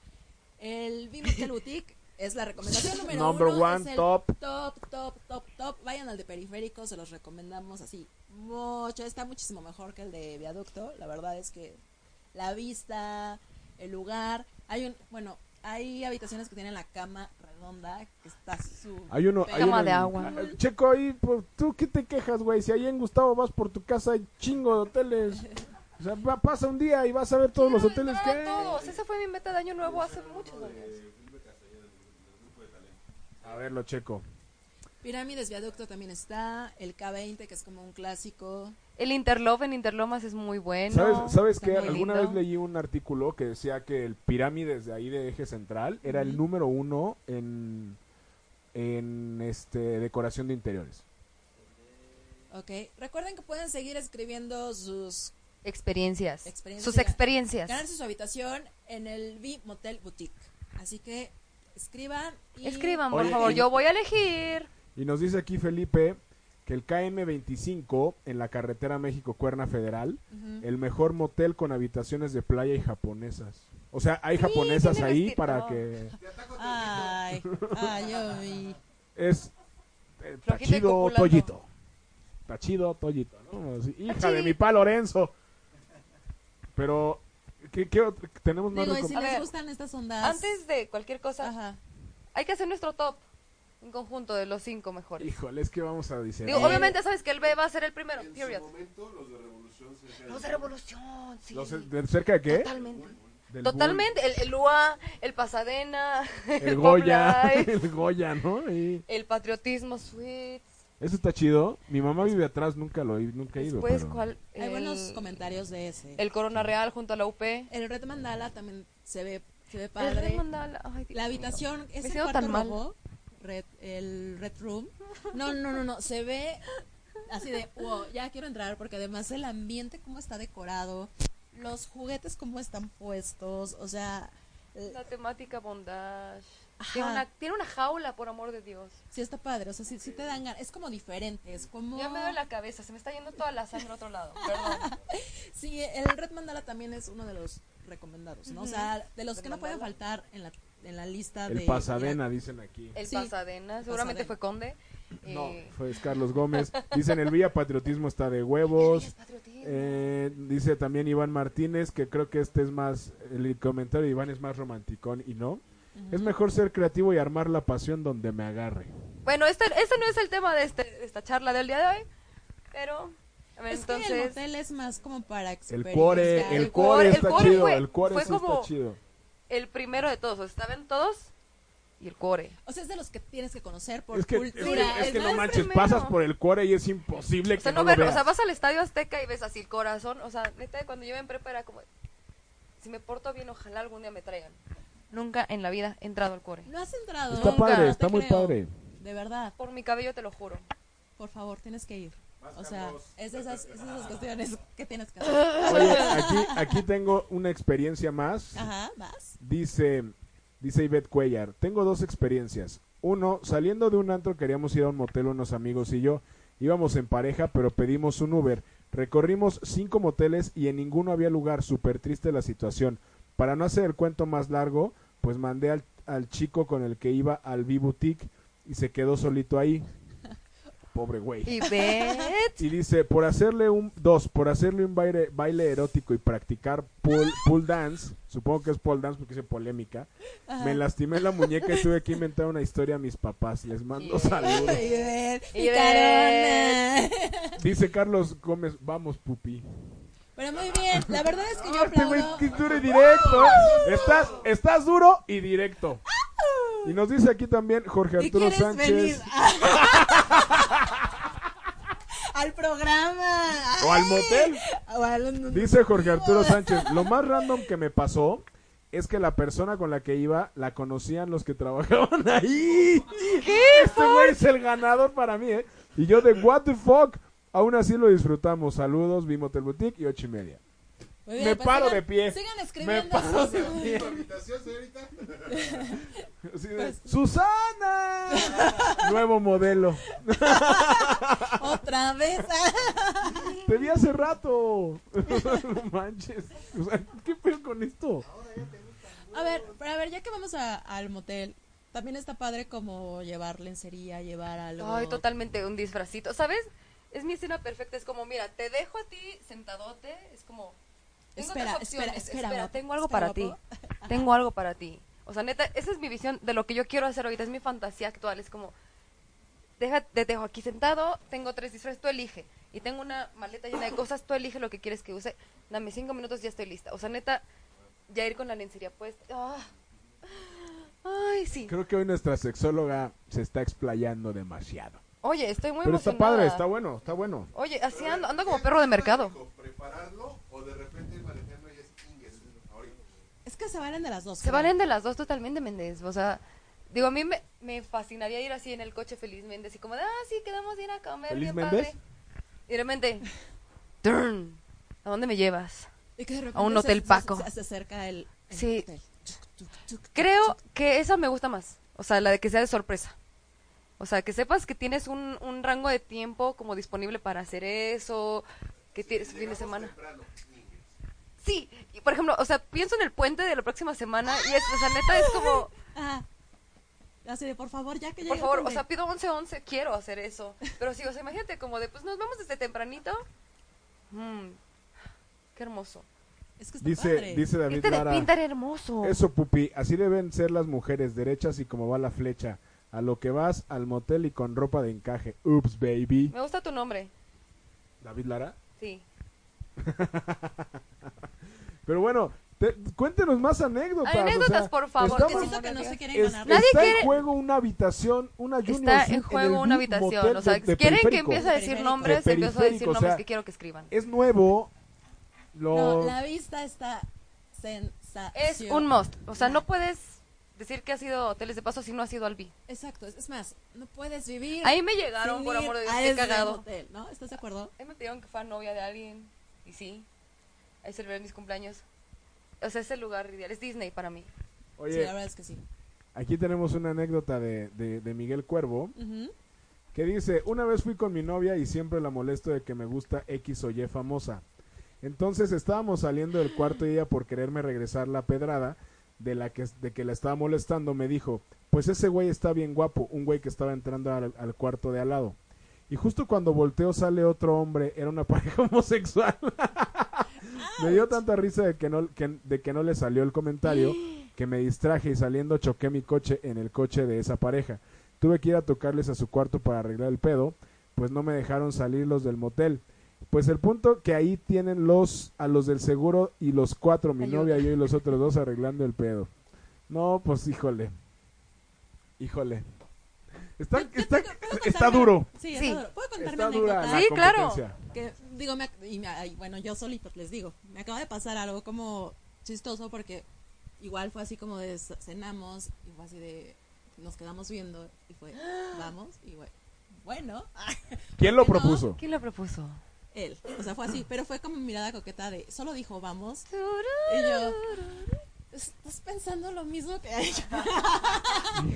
E: el Bim Hotel Boutique es la recomendación número
B: Number
E: uno,
B: one,
E: es el
B: top.
E: Top, top, top, top. Vayan al de Periférico, se los recomendamos así mucho. Está muchísimo mejor que el de Viaducto. La verdad es que la vista, el lugar. Hay un, bueno, hay habitaciones que tienen la cama redonda que está su.
B: Hay uno. Hay
D: Cama
B: uno en-
D: de agua.
B: Ah, Checo, ahí, pues, ¿tú qué te quejas, güey? Si ahí en Gustavo vas por tu casa, hay chingo de hoteles. O sea, va- pasa un día y vas a ver todos los
D: Quiero
B: hoteles que
D: entrar a
B: hay.
D: todos. Esa fue mi meta de año nuevo hace muchos años.
B: A ver, lo checo.
E: Pirámides Viaducto también está. El K20, que es como un clásico.
D: El Interlove en Interlomas es muy bueno.
B: ¿Sabes, ¿sabes
D: está
B: que
D: muy
B: alguna
D: lindo.
B: vez leí un artículo que decía que el pirámides de ahí de eje central era el número uno en, en este decoración de interiores?
E: Ok. Recuerden que pueden seguir escribiendo sus.
D: Experiencias.
E: Experiencias.
D: Sus experiencias.
E: Ganarse su habitación en el V Motel Boutique. Así que escriban. Y
D: Escriban, por
B: Oye,
D: favor.
B: y-
D: Yo voy a elegir.
B: Y nos dice aquí Felipe que el KM25 en la carretera México-Cuerna Federal,
E: Ujú.
B: el mejor motel con habitaciones de playa y japonesas. O sea, hay
D: Sí,
B: japonesas
D: tiene
B: ahí
D: resti-
B: para
D: no.
B: que...
E: Ay, ay, ay.
B: Es eh,
D: Flojita y
B: Tachido
D: copulando.
B: Tollito. Tachido Tollito, ¿no?
D: Ah,
B: Así, Hija de
D: Tachi.
B: mi pa Lorenzo. Pero, ¿qué, qué otro- tenemos más
E: Digo, y
B: recom-
E: si
D: A
E: les
D: ver,
E: gustan estas ondas.
D: Antes de cualquier cosa,
E: Ajá.
D: hay que hacer nuestro top. En conjunto de los cinco mejores.
B: Híjole, es que vamos a decir.
D: Digo, obviamente sabes que el B va a ser el primero. Period.
G: momento, los de Revolución se
D: Los de revolución, sí.
B: ¿De cerca de qué?
D: Totalmente.
B: Del
D: Totalmente. El, el UA, el Pasadena,
B: Bull, El Goya.
D: Pop Life,
B: El Goya, ¿no? Y
D: el Patriotismo Suites.
B: eso está chido. Mi mamá vive atrás, nunca lo he, nunca he ido.
D: Después,
B: pero-
D: Pues ¿cuál?
E: Hay buenos
D: El-
E: comentarios de ese. El,
D: El Corona Real junto a la UP.
E: Red Mandala también se ve, se ve
D: El Red
E: padre.
D: Mandala. Ay, Dios
E: La habitación, ese
D: siento
E: cuarto
D: tan mal.
E: rojo, red, el Red Room. No, no, no, no, se ve así de, wow, ya quiero entrar porque además el ambiente como está decorado, los juguetes como están puestos, o sea, eh,
D: mío. La temática bondage.
E: Ajá.
D: Tiene una, tiene una jaula, por amor de Dios.
E: sí está padre, o sea, sí, sí te dan ganas, es como diferente, es como...
D: Ya me duele la cabeza, se me está yendo toda la sangre a otro lado. Perdón.
E: Sí, el Red Mandala también es uno de los recomendados, ¿no? O sea, de los
D: Red
E: que no pueden
D: Mandala.
E: faltar en la, en la
D: Ah,
E: lista de...
B: El Pasadena, dicen aquí.
D: El
E: Sí.
D: Pasadena, seguramente fue
E: Pasadena.
D: Conde.
B: No,
D: Eh,
B: fue Carlos Gómez. Dicen el Villa Patriotismo está de huevos.
D: es patriotismo.
B: Eh, dice también Iván Martínez que creo que este es más, el comentario de Iván es más romanticón y no. Es mejor ser creativo y armar la pasión donde me agarre.
D: Bueno, este, este no es el tema de, este, de esta charla del día de hoy, pero a ver,
E: Es
D: entonces...
E: que el motel es más como para
B: El
E: experimentar.
B: cuore, el cuore
D: el cuore
B: está
D: fue-
B: chido, el cuore
D: fue
B: sí está
D: como-
B: chido.
D: el primero de todos, o sea, estaban todos y el core.
E: O sea, es de los que tienes que conocer por
B: Es que, es que-
E: cultura.
B: es que no
D: más
B: manches,
D: primero.
B: pasas por el cuore y es imposible
D: O sea,
B: que
D: no,
B: no, lo
D: ver, o
B: veas.
D: sea, vas al Estadio Azteca y ves así el corazón, o sea, neta, cuando yo iba en prepa era como, si me porto bien, ojalá algún día me traigan. Nunca en la vida he entrado al core.
E: No has entrado.
B: Está
E: nunca,
B: padre,
E: no
B: está
E: te
B: muy
E: creo.
B: padre.
E: De verdad,
D: Por mi cabello te lo juro.
E: por favor, tienes que ir. O sea, es de esas, es de esas cuestiones que tienes que hacer.
B: Oye, aquí, aquí tengo una experiencia más.
E: Ajá, vas.
B: Dice, dice Ivette Cuellar, tengo dos experiencias. Uno, saliendo de un antro queríamos ir a un motel unos amigos y yo. Íbamos en pareja, pero pedimos un Uber. Recorrimos cinco moteles y en ninguno había lugar. Súper triste la situación. Para no hacer el cuento más largo, pues mandé al, al chico con el que iba al B-Boutique y se quedó solito ahí. Pobre güey.
D: Y ve,
B: Y dice, por hacerle un, dos, por hacerle un baile, baile erótico y practicar pool, pool dance, supongo que es pole dance porque hice polémica, me lastimé la muñeca y tuve que inventar una historia a mis papás. Les mando
D: Bien.
B: saludos.
E: Ay, ver,
D: Y
E: picarona.
B: Dice Carlos Gómez, vamos pupi.
E: Pero muy bien, la verdad es que yo
B: Este güey
E: aplaudo.
B: que es duro y directo. ¿eh? Estás, estás duro y directo. Y nos dice aquí también Jorge
E: ¿Y
B: Arturo
E: quieres
B: Sánchez.
E: venir? al programa.
B: O al
E: Ay.
B: motel.
E: O al-
B: Dice Jorge Arturo Sánchez, lo más random que me pasó es que la persona con la que iba la conocían los que trabajaban ahí. Este güey es el ganador para mí, ¿eh? Y yo de what the fuck. Aún así lo disfrutamos. Saludos, Bimotel Boutique y ocho y media.
E: Muy pues
B: me paro de pie.
E: Sigan
B: Me
E: escribiendo.
B: paro
E: sus-
B: de pie.
G: habitación, señorita?
B: Así de, ¡Susana! Nuevo modelo.
E: Otra vez.
B: Te vi hace rato. no manches. O sea, ¿qué pedo con esto?
E: A ver, pero a ver, ya que vamos a- al motel, también está padre como llevar lencería, llevar algo.
D: Ay, totalmente un disfrazito. ¿Sabes? Es mi escena perfecta. Es como, mira, te dejo a ti sentadote. Es como. tengo
E: Espera,
D: otras opciones,
E: espera, espera, guapo,
D: tengo algo
E: espera,
D: para ti.
E: guapo.
D: Tengo algo para ti. O sea, neta, esa es mi visión de lo que yo quiero hacer ahorita. Es mi fantasía actual. Es como. deja, te dejo aquí sentado, tengo tres disfraces, tú elige. Y tengo una maleta llena de cosas, tú elige lo que quieres que use. Dame cinco minutos y ya estoy lista. O sea, neta, ya ir con la lencería puesta. ah. Ay, sí.
B: Creo que hoy nuestra sexóloga se está explayando demasiado.
D: Oye, estoy muy
B: Pero está
D: emocionada.
B: padre, está bueno, está bueno.
D: Oye, así ando, ando como perro de mercado.
G: Prepararlo o de repente manejarlo y es ingues. Ahorita.
E: Es que se valen de las dos.
D: Se valen de las dos totalmente, Méndez. O sea, digo, a mí me, me fascinaría ir así en el coche feliz Méndez y como de, ah, sí, quedamos bien a comer,
B: ¿Feliz
D: bien
B: Méndez?
D: padre. Y de repente, turn, ¿a dónde me llevas?
E: Y que de repente
D: A un hotel
E: se- se-
D: Paco.
E: Se, se acerca el, el
D: Sí.
E: hotel. Tuc, tuc, tuc,
D: Creo
E: tuc, tuc.
D: que esa me gusta más. O sea, la de que sea de sorpresa. O sea, que sepas que tienes un, un rango de tiempo como disponible para hacer eso, que tienes un fin de semana. Sí, y por ejemplo, o sea, pienso en el puente de la próxima semana y es, o sea, neta es como,
E: Ajá. Así de, por favor, ya que llegue
D: por
E: el
D: favor, o
E: puente.
D: sea, pido 11-11, quiero hacer eso. Pero sí, o sea, imagínate como de, pues nos vamos desde tempranito. Mm, qué hermoso.
E: Es que está
B: Dice,
E: padre.
B: dice David
D: Este de
B: Lara.
D: pintar hermoso.
B: Eso, pupi, así deben ser las mujeres, derechas y como va la flecha. A lo que vas, al motel y con ropa de encaje. Ups, baby.
D: Me gusta tu nombre,
B: David Lara.
D: sí.
B: Pero bueno, te- cuéntenos más anécdotas.
D: Anécdotas,
B: o sea,
D: por favor,
E: Porque
B: estamos-
E: siento que no se quieren
B: es-
E: ganar.
D: Nadie
B: está
D: quiere-
B: en juego una habitación, una junior
D: Está
B: suite
D: en
B: el
D: juego una
B: mismo
D: habitación.
B: motel
D: O sea,
B: de- de
D: quieren que
B: periférico.
D: empiece a decir
E: De
D: nombres, empiezo a decir
B: periférico, o
D: nombres
B: sea,
D: que quiero que escriban.
B: Es nuevo. Lo...
E: No, la vista está sensacional.
D: Es un must. O sea, no puedes decir que ha sido hoteles de paso si no ha sido Albi.
E: Exacto, es es más, no puedes vivir.
D: Ahí me llegaron,
E: sin
D: por
E: ir
D: amor de Dios,
E: a
D: qué
E: ese
D: cagado.
E: motel, ¿no? ¿Estás de acuerdo?
D: Ahí me pidieron que fuera novia de alguien. Y sí. Ahí celebré mis cumpleaños. O sea, es el lugar ideal. Es Disney para mí.
E: Sí,
B: Oye,
E: la verdad es que sí.
B: aquí tenemos una anécdota de, de- de Miguel Cuervo
E: Ujú.
B: que dice, una vez fui con mi novia y siempre la molesto de que me gusta X o Y famosa. Entonces estábamos saliendo del cuarto y ella por quererme regresar la pedrada de la que, de que la estaba molestando me dijo, pues ese güey está bien guapo, un güey que estaba entrando al, al cuarto de al lado. Y justo cuando volteo sale otro hombre, era una pareja homosexual. me dio tanta risa de que, no, que- de que no le salió el comentario que me distraje y saliendo choqué mi coche en el coche de esa pareja. Tuve que ir a tocarles a su cuarto para arreglar el pedo, pues no me dejaron salir los del motel. Pues el punto que ahí tienen los a los del seguro y los cuatro, mi
D: Ayuda.
B: novia, yo y los otros dos arreglando el pedo. No, pues híjole. Híjole. Está,
E: Yo- yo
B: está,
E: tengo- ¿puedo
B: está
E: contarme?
B: duro.
E: Sí,
D: Sí.
E: está duro. ¿Puedo contarme
B: Está
E: una
B: dura
E: anécdota?
B: la
D: Sí, claro.
B: competencia.
E: que digo me, ac- y me- ay, bueno yo solito les digo me acaba de pasar algo como chistoso porque igual fue así como de c- cenamos y fue así de nos quedamos viendo y fue vamos y fue, bueno
B: ¿Quién lo
E: ¿Por qué no?
B: propuso?
D: ¿Quién lo propuso?
E: él o sea fue así pero fue como mirada coqueta de solo dijo vamos y yo estás pensando lo mismo que ella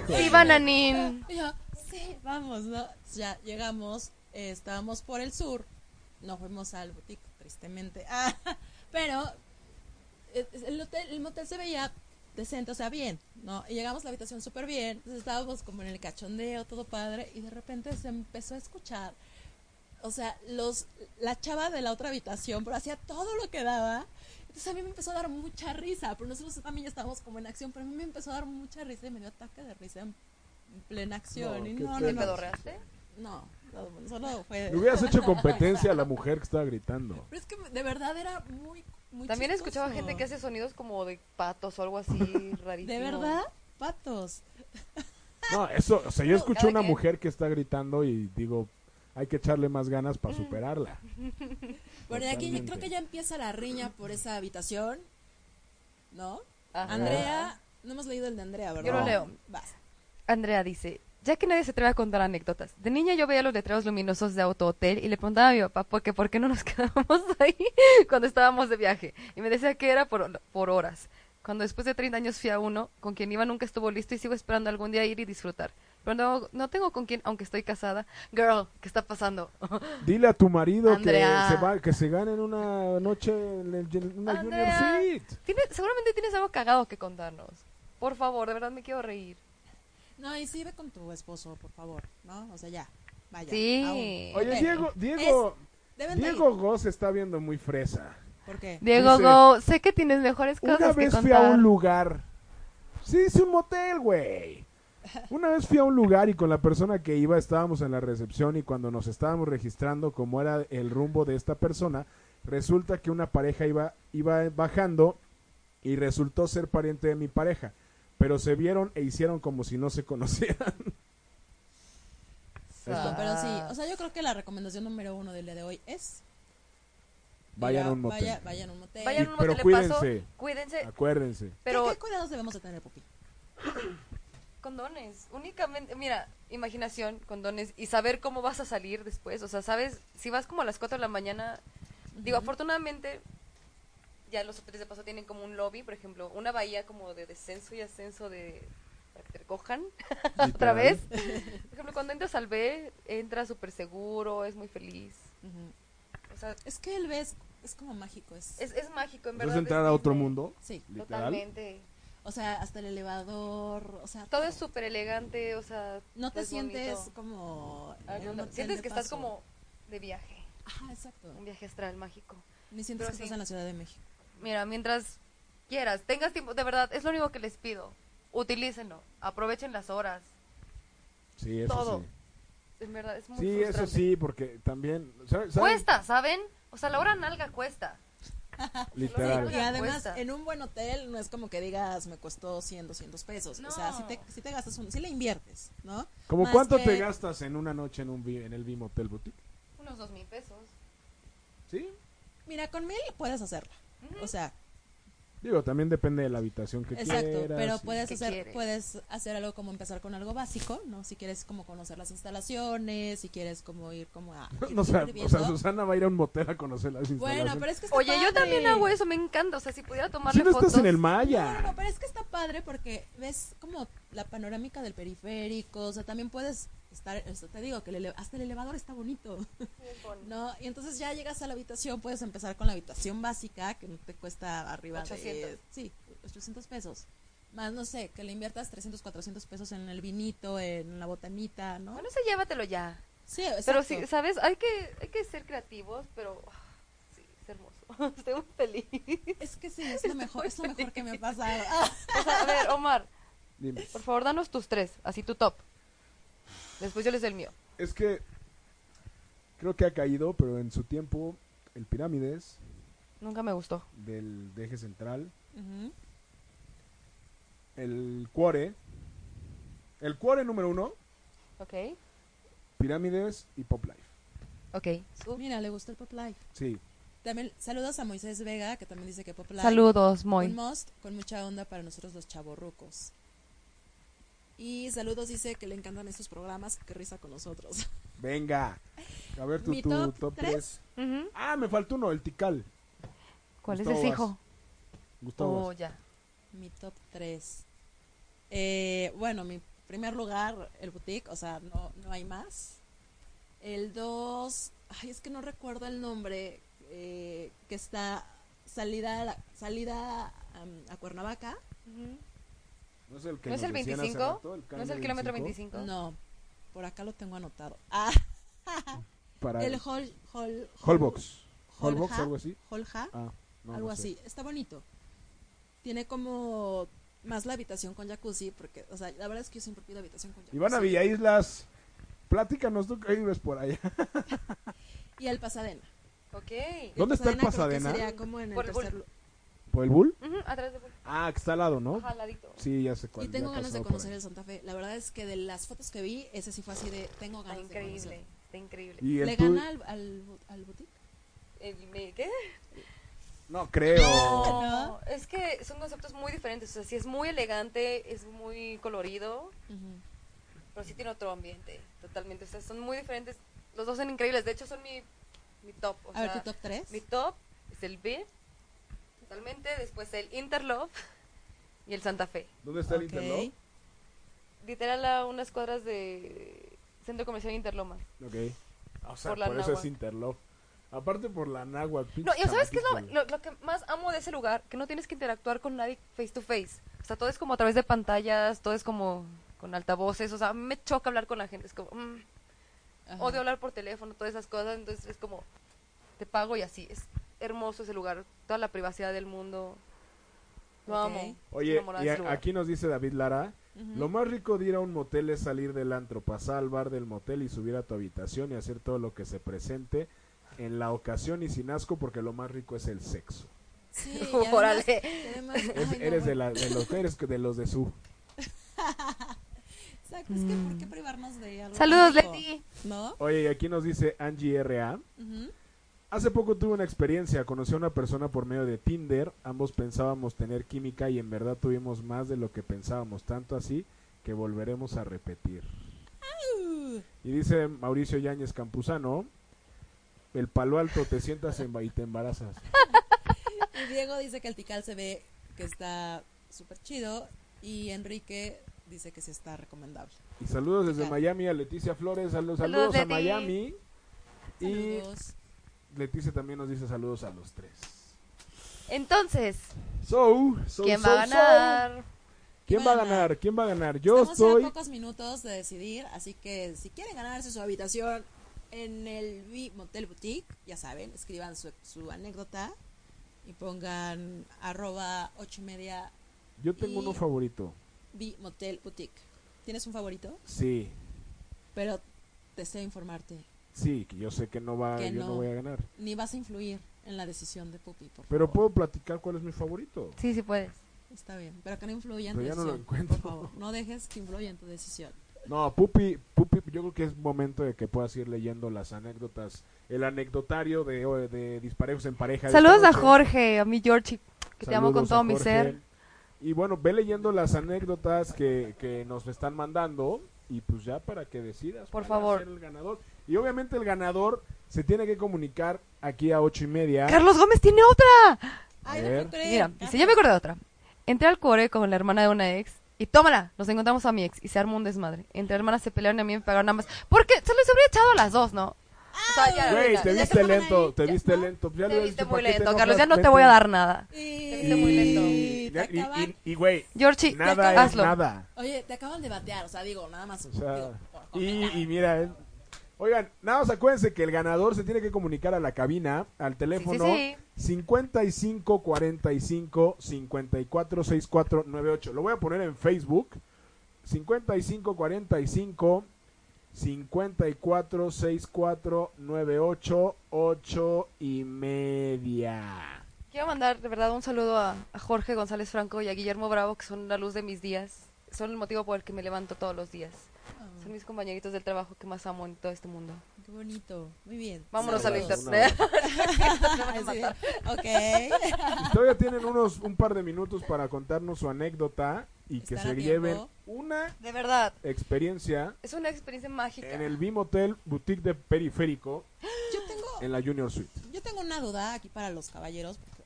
D: Sí, Bananín.
E: Y yo, sí, vamos, ¿no? Ya llegamos, eh, estábamos por el sur, no fuimos al boutique, tristemente. Ah, pero eh, el, hotel, el motel se veía decente, o sea, bien, ¿no? Y llegamos a la habitación súper bien, entonces estábamos como en el cachondeo, todo padre, y de repente se empezó a escuchar. O sea, los, la chava de la otra habitación, pero hacía todo lo que daba. Entonces a mí me empezó a dar mucha risa, pero nosotros también ya estábamos como en acción, pero a mí me empezó a dar mucha risa y me dio ataque de risa en en plena acción.
B: No,
E: y
B: qué
E: no,
B: feo.
E: no,
D: ¿Te
E: no,
D: pedorreaste?
E: no, no, solo fue...
B: Le hubieras hecho competencia a la mujer que estaba gritando.
E: Pero es que de verdad era muy, muy
D: También he
E: chistoso.
D: escuchado a gente que hace sonidos como de patos o algo así rarísimo.
E: ¿De verdad? Patos.
B: No, eso, o sea, yo escuché
D: cada
B: una
D: quien.
B: mujer que está gritando y digo, hay que echarle más ganas
D: Mm.
B: para superarla.
E: Bueno, y aquí yo creo
B: Totalmente.
E: que ya empieza la riña por esa habitación, ¿no?
D: Ajá.
E: Andrea, no hemos leído el de Andrea, ¿verdad?
D: lo leo.
E: Vas.
D: Andrea dice, ya que nadie se atreve a contar anécdotas, de niña yo veía los letreros luminosos de Auto Hotel y le preguntaba a mi papá por qué, por qué no nos quedábamos ahí cuando estábamos de viaje. Y me decía que era por, por horas. Cuando después de 30 años fui a uno, con quien iba nunca estuvo listo y sigo esperando algún día ir y disfrutar. Pero no, no tengo con quien, aunque estoy casada. Girl, ¿qué está pasando?
B: Dile a tu marido
D: Andrea.
B: que se va, que se gane en una noche en el- en una Junior
D: Andrea.
B: Suite.
D: Tienes- seguramente tienes algo cagado que contarnos. Por favor, de verdad me quiero reír.
E: No, y sí, ve con tu esposo, por favor, ¿no? O sea, ya, vaya.
D: Sí.
E: aún.
B: Oye,
E: Eh,
B: Diego, Diego,
E: es- deben de
B: Diego
E: ir.
B: Goss está viendo muy fresa.
E: ¿Por qué?
D: Diego,
B: Dice,
D: Go, sé que tienes mejores cosas
B: Una
D: que
B: vez
D: contar.
B: fui a un lugar. Sí, es un motel, güey. Una vez fui a un lugar y con la persona que iba estábamos en la recepción y cuando nos estábamos registrando cómo era el rumbo de esta persona, resulta que una pareja iba, iba bajando y resultó ser pariente de mi pareja, pero se vieron e hicieron como si no se conocieran.
E: No, pero sí, o sea, yo creo que la recomendación número uno del día de hoy es...
B: Vayan a un motel.
E: Vaya- vayan a un motel.
D: Vayan
B: Y-
D: a un
B: pero
D: motel de paso,
B: cuídense. Ah.
D: cuídense,
B: Acuérdense.
E: ¿Qué,
D: pero
E: qué cuidados debemos de tener, Pupi?
D: condones, únicamente, mira, imaginación, condones y saber cómo vas a salir después, o sea, sabes, si vas como a las 4 de la mañana, digo, afortunadamente ya los hoteles de paso tienen como un lobby, por ejemplo, una bahía como de descenso y ascenso de para que te recojan otra
B: Literal.
D: vez. Por ejemplo, cuando entras al B, entras súper seguro, es muy feliz.
E: Ujú.
D: O sea,
E: Es que el ves es como mágico, es...
D: es, es mágico, en
B: Entonces
D: verdad.
B: entrar
D: es
B: a otro
D: Disney.
B: mundo.
E: Sí,
B: Literal.
D: Totalmente.
E: o sea, hasta el elevador, o sea...
D: Todo es súper elegante, o sea.
E: No te
D: es bonito.
E: sientes como... en
D: Ah,
E: un
D: no, no,
E: hotel
D: Sientes
E: de
D: que estás
E: paso.
D: como de viaje,
E: Ajá, exacto.
D: un viaje astral mágico.
E: Ni sientes
D: Pero
E: que
D: sí.
E: estás en la Ciudad de México.
D: Mira, mientras quieras, tengas tiempo, de verdad, es lo único que les pido. Utilícenlo, aprovechen las horas.
B: Sí, eso
D: Todo.
B: sí.
D: En verdad, es muy
B: Sí, eso
D: frustrante.
B: sí, porque también. ¿sabe- sabe?
D: Cuesta, ¿saben? O sea, la hora nalga cuesta.
B: Literal.
E: Y
D: Una
E: además,
D: apuesta.
E: en un buen hotel no es como que digas, me costó 100, 200 pesos. O sea,
D: No.
E: si te, si te gastas un... Si le inviertes, ¿no?
B: ¿Cómo
E: Más
B: cuánto
E: que-
B: te gastas en una noche en, un, vi- en el Bim Hotel Boutique?
D: Unos dos mil pesos.
B: Sí.
E: Mira, con mil puedes hacerlo. O sea,
B: Digo, también depende de la habitación que
E: Exacto,
B: quieras.
E: pero
B: y-
E: puedes
D: ¿Qué
E: hacer,
D: quieres?
E: puedes hacer algo como empezar con algo básico, ¿no? Si quieres como conocer las instalaciones, si quieres como ir como a... ir
B: No, o, sea, o
E: viendo.
B: sea, Susana va a ir a un motel a conocer las instalaciones.
E: bueno, pero es que está
D: Oye, yo
E: padre.
D: también hago eso, me encanta. O sea, si pudiera tomarle
B: Si no
D: fotos.
B: estás en el
E: No, no,
B: Maya.
E: pero es que está padre porque ves como la panorámica del periférico, o sea, también puedes estar, esto te digo, que el ele- hasta el elevador está bonito, ¿no? Y entonces ya llegas a la habitación, puedes empezar con la habitación básica, que no te cuesta arriba de...
D: 800.
E: Sí, 800 pesos. Más, no sé, que le inviertas 300, 400 pesos en el vinito, en la botanita, ¿no?
D: Bueno, eso llévatelo ya.
E: Sí, exacto.
D: Pero sí, ¿sabes? Hay que, hay que ser creativos, pero ah, sí, es hermoso. Estoy muy feliz.
E: es que sí, es lo mejor, es lo mejor que me ha pasado. Ah,
D: O sea, a ver, Omar,
B: Dime.
D: por favor, danos tus tres, así tu top. Después yo les doy el mío.
B: Es que creo que ha caído, pero en su tiempo, el Pirámides
D: Nunca me gustó.
B: del de eje central,
E: ujú.
B: el Cuore, el Cuore número uno,
D: ¿Ok?
B: Pirámides y Pop Life.
D: Ok.
E: Mira, le gustó el pop life.
B: Sí,
E: También saludos a Moisés Vega, que también dice que pop life.
D: Saludos,
E: Un
D: Moy.
E: most con mucha onda para nosotros los chavorrucos. Y saludos dice que le encantan estos programas, que risa con nosotros.
B: venga. A ver tu,
E: Mi
B: tu
E: top
B: top
E: tres.
B: 3.
D: Ujú.
B: Ah, me faltó uno, el Tical.
D: ¿Cuál es
B: Gustavo
D: ese
B: Vaz.
D: hijo?
B: Gustavo.
D: Oh, ya.
E: Mi top 3. bueno, mi primer lugar, el boutique, o sea, no, no hay más. El 2, ay, es que no recuerdo el nombre, eh, que está salida, a la- salida am, a Cuernavaca.
B: ¿No es el, que
D: ¿No es
B: nos
D: el
B: decían hace
D: 25?
B: rato,
D: ¿No es el
B: Canal
D: kilómetro 25?
E: No, por acá lo tengo anotado. Ah,
B: Para
E: el
B: el
E: hall, hall,
B: Holbox.
E: hall-
B: Holbox,
E: hall-
B: algo así.
E: Holja.
B: Ah, no,
E: algo
B: no sé.
E: así. Está bonito. Tiene como más la habitación con jacuzzi, porque, o sea, la verdad es que yo siempre pido habitación con jacuzzi.
B: Iván a Villa Islas, platícanos tú que vives por allá.
E: Y el Pasadena.
D: Ok.
B: ¿Dónde está el
E: creo que
B: Pasadena?
E: sería como en el
D: Por el
E: tercer
D: Bull.
E: lu-
B: ¿Por el Bull?
D: Ujú, Atrás de...
B: Ah, que está al lado, ¿no?
D: Ajá, al ladito.
B: Sí, ya sé cuál.
E: Y
B: ya
E: tengo
B: he
E: ganas de
B: pasado por
E: conocer
B: ahí.
E: el Santa Fe. La verdad es que de las fotos que vi, ese sí fue así de tengo
D: Está
E: ganas de
D: Ah, increíble.
E: conocerlo.
D: Está increíble.
B: ¿Y el
E: ¿Le
B: tuyo?
E: gana al, al, bu- al boutique?
D: El- me- ¿Qué?
B: No creo.
D: No, es que son conceptos muy diferentes. O sea, sí es muy elegante, es muy colorido,
E: Ujú.
D: pero sí tiene otro ambiente, totalmente. O sea, son muy diferentes. Los dos son increíbles. De hecho, son mi, mi top. o
E: A ver,
D: sea,
E: tu top 3.
D: Mi top es el B, totalmente. Después el Interlove y el Santa Fe.
B: ¿Dónde está el Interlock?
D: Literal a unas cuadras de Centro Comercial Interlomas.
B: Ok. O sea,
D: Por
B: por,
D: la
B: eso es
D: náhuatl.
B: Interlock. Aparte por la náhuatl.
D: No,
B: pinche
D: y ¿sabes qué es lo,
B: chamaquito, güey.
D: lo- lo que más amo de ese lugar? Que no tienes que interactuar con nadie face to face. O sea, todo es como a través de pantallas, todo es como con altavoces. O sea, a mí me choca hablar con la gente. Es como, mm,
E: Ajá.
D: odio hablar por teléfono, todas esas cosas. Entonces es como, te pago y así. Es hermoso ese lugar. Toda la privacidad del mundo. Lo
E: Ok.
D: amo.
B: Oye,
D: enamorada
B: y
D: de
B: a-
D: ese lugar.
B: aquí nos dice David Lara Lo más rico de ir a un motel es salir del antro, pasar al bar del motel y subir a tu habitación y hacer todo lo que se presente en la ocasión y sin asco porque lo más rico es el sexo.
E: Sí, y
D: Órale.
E: además- y
B: Es-
E: además- ay, no,
B: eres de,
E: bueno.
B: la- de los eres que de los de su.
E: Exacto, es que ¿por qué privarnos de algo?
D: Saludos,
E: rico?
D: Leti.
E: ¿No?
B: Oye, y aquí nos dice Angie RA.
E: Ujú.
B: Hace poco tuve una experiencia, conocí a una persona por medio de Tinder, ambos pensábamos tener química y en verdad tuvimos más de lo que pensábamos, tanto así que volveremos a repetir.
E: Uh,
B: Y dice Mauricio Yáñez Campuzano, el palo alto te sientas en- y te embarazas.
E: Y Diego dice que el Tical se ve que está súper chido. Y Enrique dice que sí está recomendable.
B: Y saludos desde
E: Ya.
B: Miami a Leticia Flores, saludos, saludos
D: Saludos,
B: a
D: Leti.
B: Miami. Y
E: Saludos.
B: Leticia también nos dice saludos a los tres.
D: Entonces,
B: So, so,
D: ¿quién
B: so,
D: va a
B: so.
D: ganar?
B: ¿Quién va a ganar? ¿Quién va a ganar? Yo
E: Estamos
B: estoy...
E: a pocos minutos de decidir, así que si quieren ganarse su habitación en el Vi- Motel Boutique, ya saben, escriban su, su anécdota y pongan arroba ocho y media
B: Yo tengo
E: Y-
B: uno favorito.
E: Vi Motel Boutique. ¿Tienes un favorito?
B: Sí,
E: Pero deseo informarte,
B: sí, que yo sé que no va,
E: Que
B: yo no.
E: no.
B: voy a ganar.
E: ni vas a influir en la decisión de Pupi, por
B: Pero
E: favor.
B: puedo platicar cuál es mi favorito.
D: Sí, sí puedes.
E: Está bien, pero que no influya en tu
B: Pero ya no lo
E: decisión,
B: encuentro.
E: por favor. No dejes que influya en tu decisión.
B: No, Pupi, Pupi, yo creo que es momento de que puedas ir leyendo las anécdotas, el anecdotario de, de Disparejos en Pareja. de
D: Saludos
B: esta
D: a
B: noche.
D: Jorge, a mi Georgie, que te amo
B: Saludos
D: con
B: a
D: todo mi
B: Jorge.
D: ser.
B: Y bueno, ve leyendo las anécdotas que, que nos están mandando y pues ya para que decidas.
D: Por
B: cuál va a
D: favor.
B: ser el ganador. Y obviamente el ganador se tiene que comunicar aquí a ocho y media.
D: Carlos Gómez tiene otra.
E: Ay,
B: ver.
E: no puedo creer.
D: Mira,
E: Carlos.
D: dice, yo me acuerdo de otra. Entré al core con la hermana de una ex y tómala, nos encontramos a mi ex y se armó un desmadre. Entre hermanas se pelearon y a mí me pagaron ambas. Porque se les hubiera echado a las dos, ¿no? O sea, ya,
B: Güey,
D: ya,
B: te
D: ya
B: viste
E: ponen
B: lento,
E: ahí,
B: te
E: ya,
B: viste
E: ¿no?
B: lento. Ya lo
D: Te
B: habías
D: viste
B: dicho, ¿para qué
D: muy
B: te
D: lento,
B: enojas?
D: Carlos, ya no te
B: Vete.
D: voy a dar nada.
E: Y-
D: viste muy lento.
E: y te
B: Ya, y-
E: acaban-
B: Y, y, güey,
D: Georgie,
B: nada es
D: hazlo.
B: nada.
E: Oye, te acaban de batear, o sea, digo, nada más.
B: O sea,
E: digo, por
B: y,
E: comentar.
B: y mira, eh. oigan, nada más acuérdense que el ganador se tiene que comunicar a la cabina, al teléfono
D: sí.
B: 55 45 54 64 98. Lo voy a poner en Facebook. 55 45 54 64 98 8 y media.
D: Quiero mandar de verdad un saludo a, a Jorge González Franco y a Guillermo Bravo, que son la luz de mis días. Son el motivo por el que me levanto todos los días.
E: Mm.
D: Son mis compañeritos del trabajo que más amo en todo este mundo.
E: Ah, Qué bonito, muy bien.
D: Vámonos al
E: Saludos.
D: internet.
E: Ay, sí. Ok.
B: Y Todavía tienen unos un par de minutos para contarnos su anécdota y que se
E: Están a tiempo.
B: lleven una
D: De verdad,
B: experiencia
D: es una experiencia mágica.
B: en el BIM Hotel Boutique de Periférico
E: Yo tengo,
B: en la Junior Suite.
E: yo tengo una duda aquí para los caballeros. porque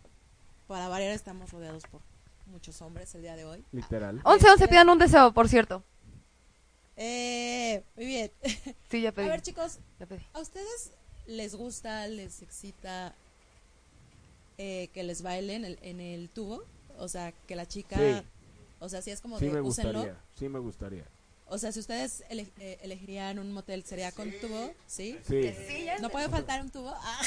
E: Para variar estamos rodeados por muchos hombres el día de hoy.
B: Literal.
D: 11-11 pidan un deseo, por cierto.
E: Eh, muy bien.
D: Sí, ya
E: A
D: pedí.
E: ver, chicos,
D: ya pedí.
E: ¿a ustedes les gusta, les excita eh, que les bailen el- en el tubo? O sea, que la chica...
B: Sí.
E: O sea, si es como
B: Sí
E: de
B: me
E: úsenlo.
B: gustaría, sí me gustaría.
E: O sea, si ustedes ele- eh, elegirían un motel, ¿sería con tubo? ¿Sí?
B: Sí.
E: ¿No puede faltar un tubo? Ah.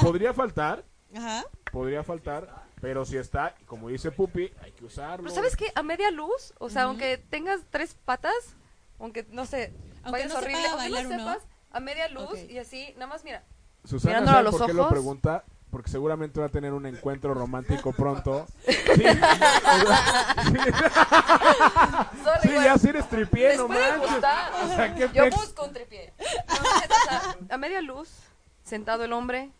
B: Podría faltar,
E: Ajá.
B: podría faltar, pero si está, como dice Pupi, hay que usarlo.
D: Pero ¿sabes qué? A media luz, o sea, aunque tengas tres patas, aunque no sé,
E: Aunque
D: bailes
E: no sepa
D: horrible, aunque
E: bailar
D: no
E: uno.
D: sepas, a media luz
E: Ok.
D: y así, nada más mira.
B: Susana,
D: mirándolo a
B: ¿sabe
D: los
B: por qué lo
D: ojos?
B: pregunta? Porque seguramente va a tener un encuentro romántico pronto. Sí, o sea,
D: Solo
B: sí,
D: igual.
B: ya si eres tripié,
D: Les
B: no
D: puede
B: manches.
D: gustar.
B: O sea, qué
D: Yo
B: pex.
D: busco un tripié. Entonces, o sea, a media luz, sentado el hombre.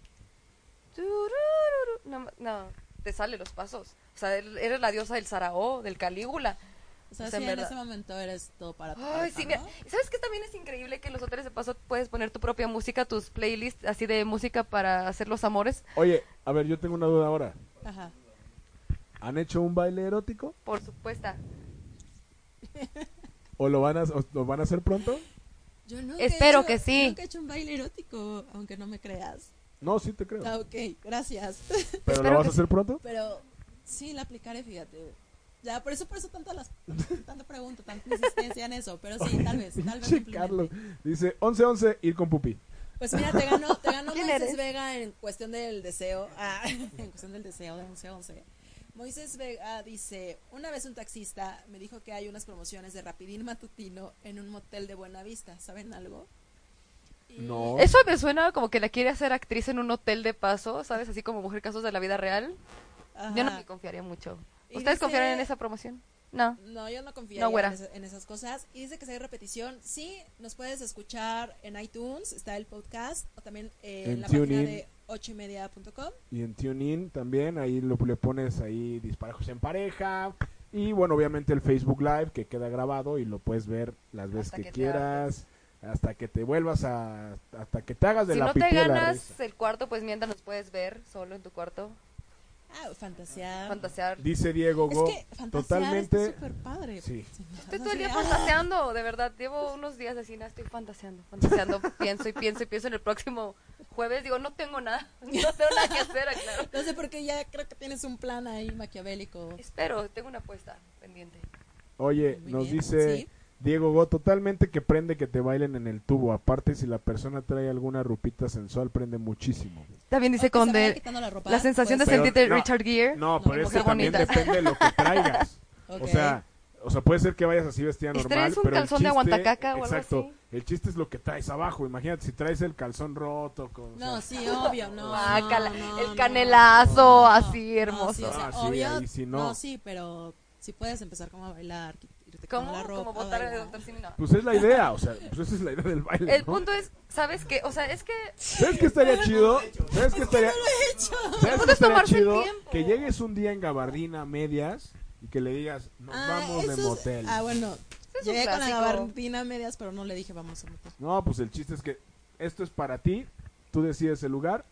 D: turururu, No, no, te sale los pasos. O sea, el- eres la diosa del Saraó, del Calígula.
E: O sea,
D: O sea,
E: sí,
D: Pues en
E: en
D: verdad.
E: ese momento eres todo para tu
D: Ay,
E: pareja,
D: sí, mira.
E: ¿no?
D: ¿Y ¿Sabes qué también es increíble que en los hoteles de paso puedes poner tu propia música, tus playlists así de música para hacer los amores?
B: Oye, a ver, yo tengo una duda ahora.
E: Ajá.
B: ¿Han hecho un baile erótico?
D: Por supuesto.
B: ¿O lo van a, o lo van a hacer pronto?
E: Yo nunca
D: Espero
E: he hecho-
D: que sí.
E: Nunca he hecho un baile erótico, aunque no me creas.
B: No, sí te creo.
E: Ah, ok, gracias.
B: ¿Pero
D: Espero
B: lo vas
D: que
B: a hacer pronto?
E: Pero sí, la aplicaré, fíjate. Ya, por eso, por eso tanta, las, tanta pregunta, tanta insistencia en eso. Pero sí, tal vez, Pues, tal vez.
B: Pinche
E: simplemente.
B: Carlos. Dice 11-11, ir con Pupi.
E: Pues mira, te ganó, te ganó
D: ¿Quién
E: Moisés
D: eres?
E: Vega en cuestión del deseo. Ah, en cuestión del deseo de 11-11. Moisés Vega dice, una vez un taxista me dijo que hay unas promociones de rapidín matutino en un motel de Buenavista, ¿saben algo?
B: No.
D: Eso me suena como que la quiere hacer actriz en un hotel de paso, ¿sabes? Así como mujer casos de la vida real. Yo no
E: Ajá.
D: me confiaría mucho.
E: Y
D: ¿Ustedes
E: dice-
D: confiaron en esa promoción? No.
E: No, yo no confío
D: No, güera.
E: en, esa- en esas cosas. Y dice que si hay repetición, sí, nos puedes escuchar en iTunes, está el podcast, o también eh, en,
B: En
E: la
B: TuneIn.
E: página de ochoymedia.com.
B: Y en TuneIn también, ahí lo, le pones ahí disparajos en pareja. Y bueno, obviamente el Facebook Live que queda grabado y lo puedes ver las veces
D: Hasta
B: que,
D: que te
B: quieras, hasta que te vuelvas a. hasta que te hagas de
D: Si
B: la
D: no
B: pipí
D: te
B: de la
D: ganas
B: risa.
D: el cuarto, pues mientras nos puedes ver solo en tu cuarto,
E: Ah, fantasear.
D: fantasear.
B: Dice Diego
E: es
B: Go,
E: que fantasear
B: totalmente.
E: está súper padre.
B: Sí.
D: Estoy todo el día fantaseando, de verdad. Llevo unos días así, nada, estoy fantaseando, fantaseando. pienso y pienso y pienso en el próximo jueves. Digo, no tengo nada, no tengo nada que hacer, claro.
E: No sé por qué ya creo que tienes un plan ahí maquiavélico.
D: Espero, tengo una apuesta pendiente.
B: Oye,
E: Muy
B: nos
E: bien,
B: dice
E: sí.
B: Diego Go, totalmente que prende que te bailen en el tubo. Aparte, si la persona trae alguna rupita sensual, prende muchísimo.
D: También dice
E: O que se
D: con
E: vaya
D: de-
E: quitando la ropa,
D: la sensación de
E: puede
B: ser.
D: sentirte
B: Pero, no,
D: Richard Gere.
B: No,
E: No,
B: pero es que
D: mujer
B: también
D: bonita.
B: depende de lo que traigas.
E: Ok.
B: O sea, o sea, puede ser que vayas así vestida
D: ¿Y traes
B: normal,
D: un
B: pero el
D: calzón de
B: chiste-
D: aguantacaca o algo
B: exacto,
D: así?
B: El chiste es lo que traes abajo. Imagínate si traes el calzón roto con o sea, pues,
E: No, sí, obvio, no.
D: Guácala,
E: no, no,
D: Ah, el
E: no.
D: canelazo
E: No,
D: así
E: no,
D: hermoso.
E: sí, o sea,
B: Ah, sí,
E: obvio,
B: ahí sí no.
E: no. sí, pero si puedes empezar como a bailar, irte con
D: ¿Cómo?
E: la ropa.
D: Como botar de
E: bailar.
D: Dr. Simi, no.
B: Pues es la idea, o sea, pues esa es la idea del baile.
D: El
B: ¿no?
D: punto es, ¿sabes qué? O sea, es que
B: ¿Sabes qué estaría chido?
D: pues
B: ¿Sabes qué estaría,
D: El
B: ¿sabes
D: punto
B: qué
D: es
B: estaría
D: tomarse el
B: chido?
D: tiempo.
B: Que llegues un día en gabardina a medias y que le digas, "Nos
E: Ah,
B: vamos de
E: eso es-
B: motel."
E: Ah, bueno.
D: es un
E: Llegué con la
D: clásico.
E: gabardina a medias, pero no le dije vamos a motel.
B: No, pues el chiste es que esto es para ti, tú decides el lugar,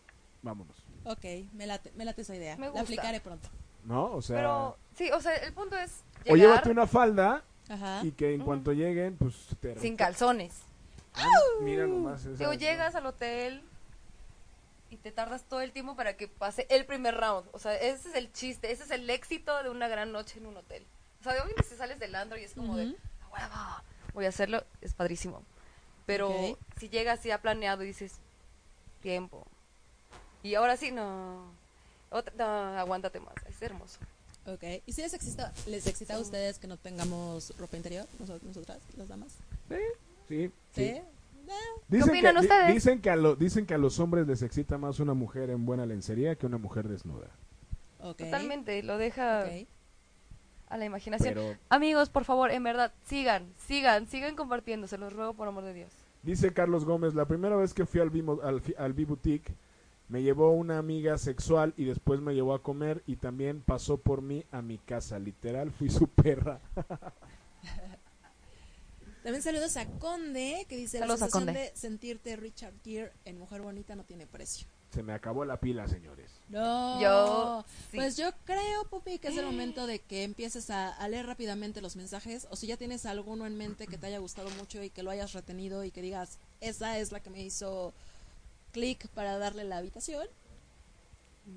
B: vámonos.
E: Ok, me late, me late esa idea.
D: Me
E: La
D: gusta.
E: aplicaré pronto.
B: ¿No? O sea,
D: Pero, sí, o sea, el punto es
B: o
D: llegar Ah,
B: llévate una falda
E: Ajá.
B: y que en cuanto lleguen, pues te
D: sin calzones.
B: Ah, Mira nomás esa-
D: Digo, llegas al hotel y te tardas todo el tiempo para que pase el primer round. O sea, ese es el chiste, ese es el éxito de una gran noche en un hotel. O sea, obviamente si sales del andro y es como de,
E: Ujú.
D: "A huevo, voy a hacerlo, es padrísimo. Pero
E: Ok.
D: si llegas ya planeado y dices, tiempo. Y ahora sí, no. Otra- no, aguántate más, es hermoso.
E: Ok. ¿Y si les excita, les excita a ustedes que no tengamos ropa interior, nosotros, nosotras, las damas?
B: Sí,
E: ¿Sí?
B: sí.
E: Ah,
B: Dicen
D: opinan
B: que, di-
D: ustedes?
B: Dicen que, a lo- dicen que a los hombres les excita más una mujer en buena lencería que una mujer desnuda.
E: ok.
D: Totalmente, lo deja
E: Ok.
D: a la imaginación.
B: Pero
D: Amigos, por favor, en verdad, sigan, sigan, sigan compartiendo, se los ruego por amor de Dios.
B: dice Carlos Gómez, la primera vez que fui al B-Mo- al, fi- al B-Boutique me llevó una amiga sexual y después me llevó a comer y también pasó por mí a mi casa. Literal, fui su perra.
E: También saludos a Conde, que dice,
D: Saludos a
E: la sensación
D: Conde.
E: de sentirte Richard Gere en Mujer Bonita no tiene precio.
B: Se me acabó la pila, señores.
E: No.
D: Yo, sí. Mm.
E: Pues yo creo, Pupi, que es el momento de que empieces a, a leer rápidamente los mensajes. O si ya tienes alguno en mente que te haya gustado mucho y que lo hayas retenido y que digas, esa es la que me hizo clic para darle la habitación.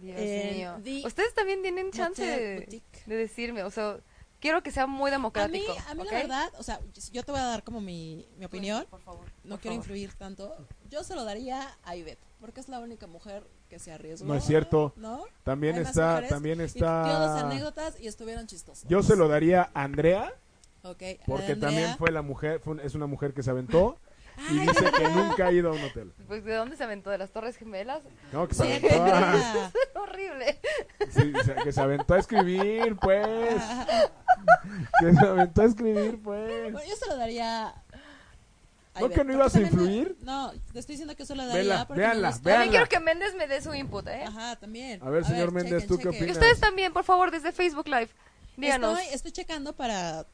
D: Dios
E: Eh,
D: mío.
E: di-
D: Ustedes también tienen chance
E: Motel
D: de,
E: Boutique.
D: de decirme, o sea, quiero que sea muy
E: A mí,
D: democrático.
E: a mí
D: ¿ok?
E: la verdad, o sea, yo te voy a dar como mi, mi opinión.
D: Por favor.
E: No
D: por
E: quiero
D: favor.
E: influir tanto. Yo se lo daría a Ivette, porque es la única mujer que se arriesgó.
B: No es cierto.
E: ¿No?
B: También
E: Hay más
B: está,
E: mujeres
B: también
E: y dio dos
B: está.
E: anécdotas y estuvieron chistosas.
B: Yo se lo daría a Andrea,
E: Ok, a
B: porque
E: Andrea.
B: también fue la mujer, fue un- es una mujer que se aventó y
E: Ay,
B: dice que
E: Andrea.
B: nunca ha ido a un hotel.
D: Pues, ¿De dónde se aventó? ¿De las Torres Gemelas?
B: No, que se
E: Sí,
B: aventó a,
E: Andrea.
D: Horrible.
B: sí, o sea, que se aventó a escribir, pues. Que se aventó a escribir, pues.
E: Bueno, yo se lo daría.
B: ¿No que
E: a Ivette,
B: no
E: porque
B: ibas a
E: también me-
B: influir?
E: No, te estoy diciendo que yo se lo daría.
B: Vela,
E: porque
B: véanla,
E: me gusta.
B: véanla.
D: También quiero que Méndez me dé su input, ¿eh?
E: Ajá, también.
B: A ver, señor Méndez, ¿tú qué
D: Y
B: opinas?
D: ustedes también, por favor, desde Facebook Live. Díganos.
E: Estoy, estoy checando para.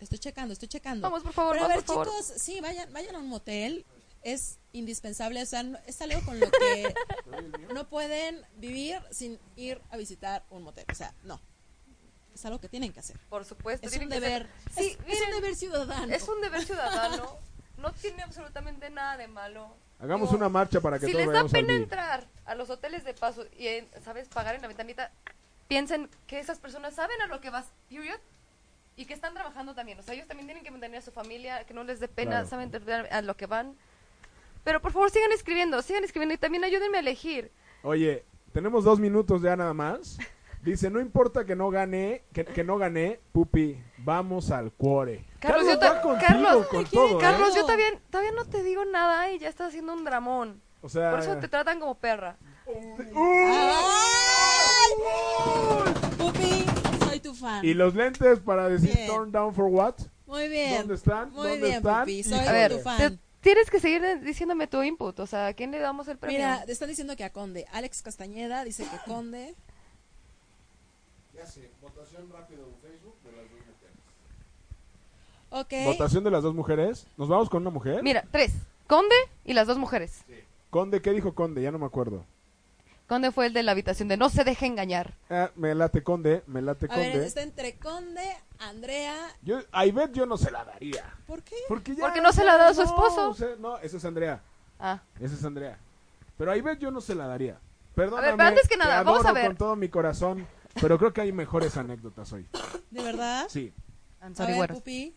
E: Estoy checando, estoy checando.
D: Vamos, por favor,
E: Pero a
D: vamos,
E: ver,
D: por favor.
E: chicos, sí, vayan, vayan a un motel. Es indispensable, o sea, no- es algo con lo que no pueden vivir sin ir a visitar un motel. O sea, no. Es algo que tienen que hacer.
D: Por supuesto.
E: Es un
D: tienen que ser-
E: deber.
D: Sí,
E: es, es
D: miren,
E: un deber ciudadano.
D: Es un deber ciudadano. No tiene absolutamente nada de malo.
B: Hagamos
D: Digo,
B: una marcha para que
D: Oh. Si
B: todos
D: les da
B: vayamos al
D: pena
B: B.
D: entrar a los hoteles de paso y, eh, ¿sabes? Pagar en la ventanita, piensen que esas personas saben a lo que vas, period, y que están trabajando también. O sea, ellos también tienen que mantener a su familia, que no les dé pena,
B: Claro.
D: saben entender a lo que van. Pero por favor, sigan escribiendo, sigan escribiendo y también ayúdenme a elegir.
B: Oye, tenemos dos minutos ya nada más. Dice, no importa que no gane, que, que no gané, Pupi, vamos al cuore.
D: Carlos, yo ta-
B: va contigo
D: Carlos,
B: con
E: me quiere
B: todo, ¿eh?
E: Carlos.
D: Yo todavía, todavía no te digo nada y ya estás haciendo un dramón.
B: O sea,
D: Por eso te tratan como perra.
E: Pupi, soy tu fan.
B: y los lentes para decir
E: Bien.
B: turn down for what?
E: Muy bien.
B: ¿Dónde están?
E: Muy
B: ¿Dónde
E: bien,
B: están?
E: Pupi,
D: A
E: soy
B: Híjole.
E: tu
D: ver, te-
E: fan.
D: tienes que seguir diciéndome tu input. O sea, ¿a quién le damos el premio?
E: Mira, te están diciendo que a Conde. Alex Castañeda dice que Conde.
G: Ya sé, votación rápido en Facebook de las dos mujeres.
E: Ok.
B: Votación de las dos mujeres. ¿Nos vamos con una mujer?
D: Mira, tres. Conde y las dos mujeres.
B: Conde, ¿qué dijo Conde? Ya no me acuerdo.
D: Conde fue el de la habitación de no se deje engañar.
B: Ah, me late Conde, me late
E: A ver, este-
B: Conde.
E: está entre Conde, Andrea.
B: Yo, a Ivette yo no se la daría.
E: ¿Por qué?
B: Porque, ya,
D: Porque no se la
B: ya
D: da a su
B: no,
D: esposo.
B: o sea, no, esa es Andrea.
D: Ah,
B: Esa es Andrea. Pero a Ivette yo no se la daría. Perdóname.
D: A ver, pero antes que
B: te
D: nada, vamos a
B: adoro
D: ver.
B: con todo mi corazón, pero creo que hay mejores anécdotas hoy.
E: ¿De verdad?
B: Sí.
D: I'm
E: A
D: sorry,
E: ver,
D: güeros.
E: Pupi.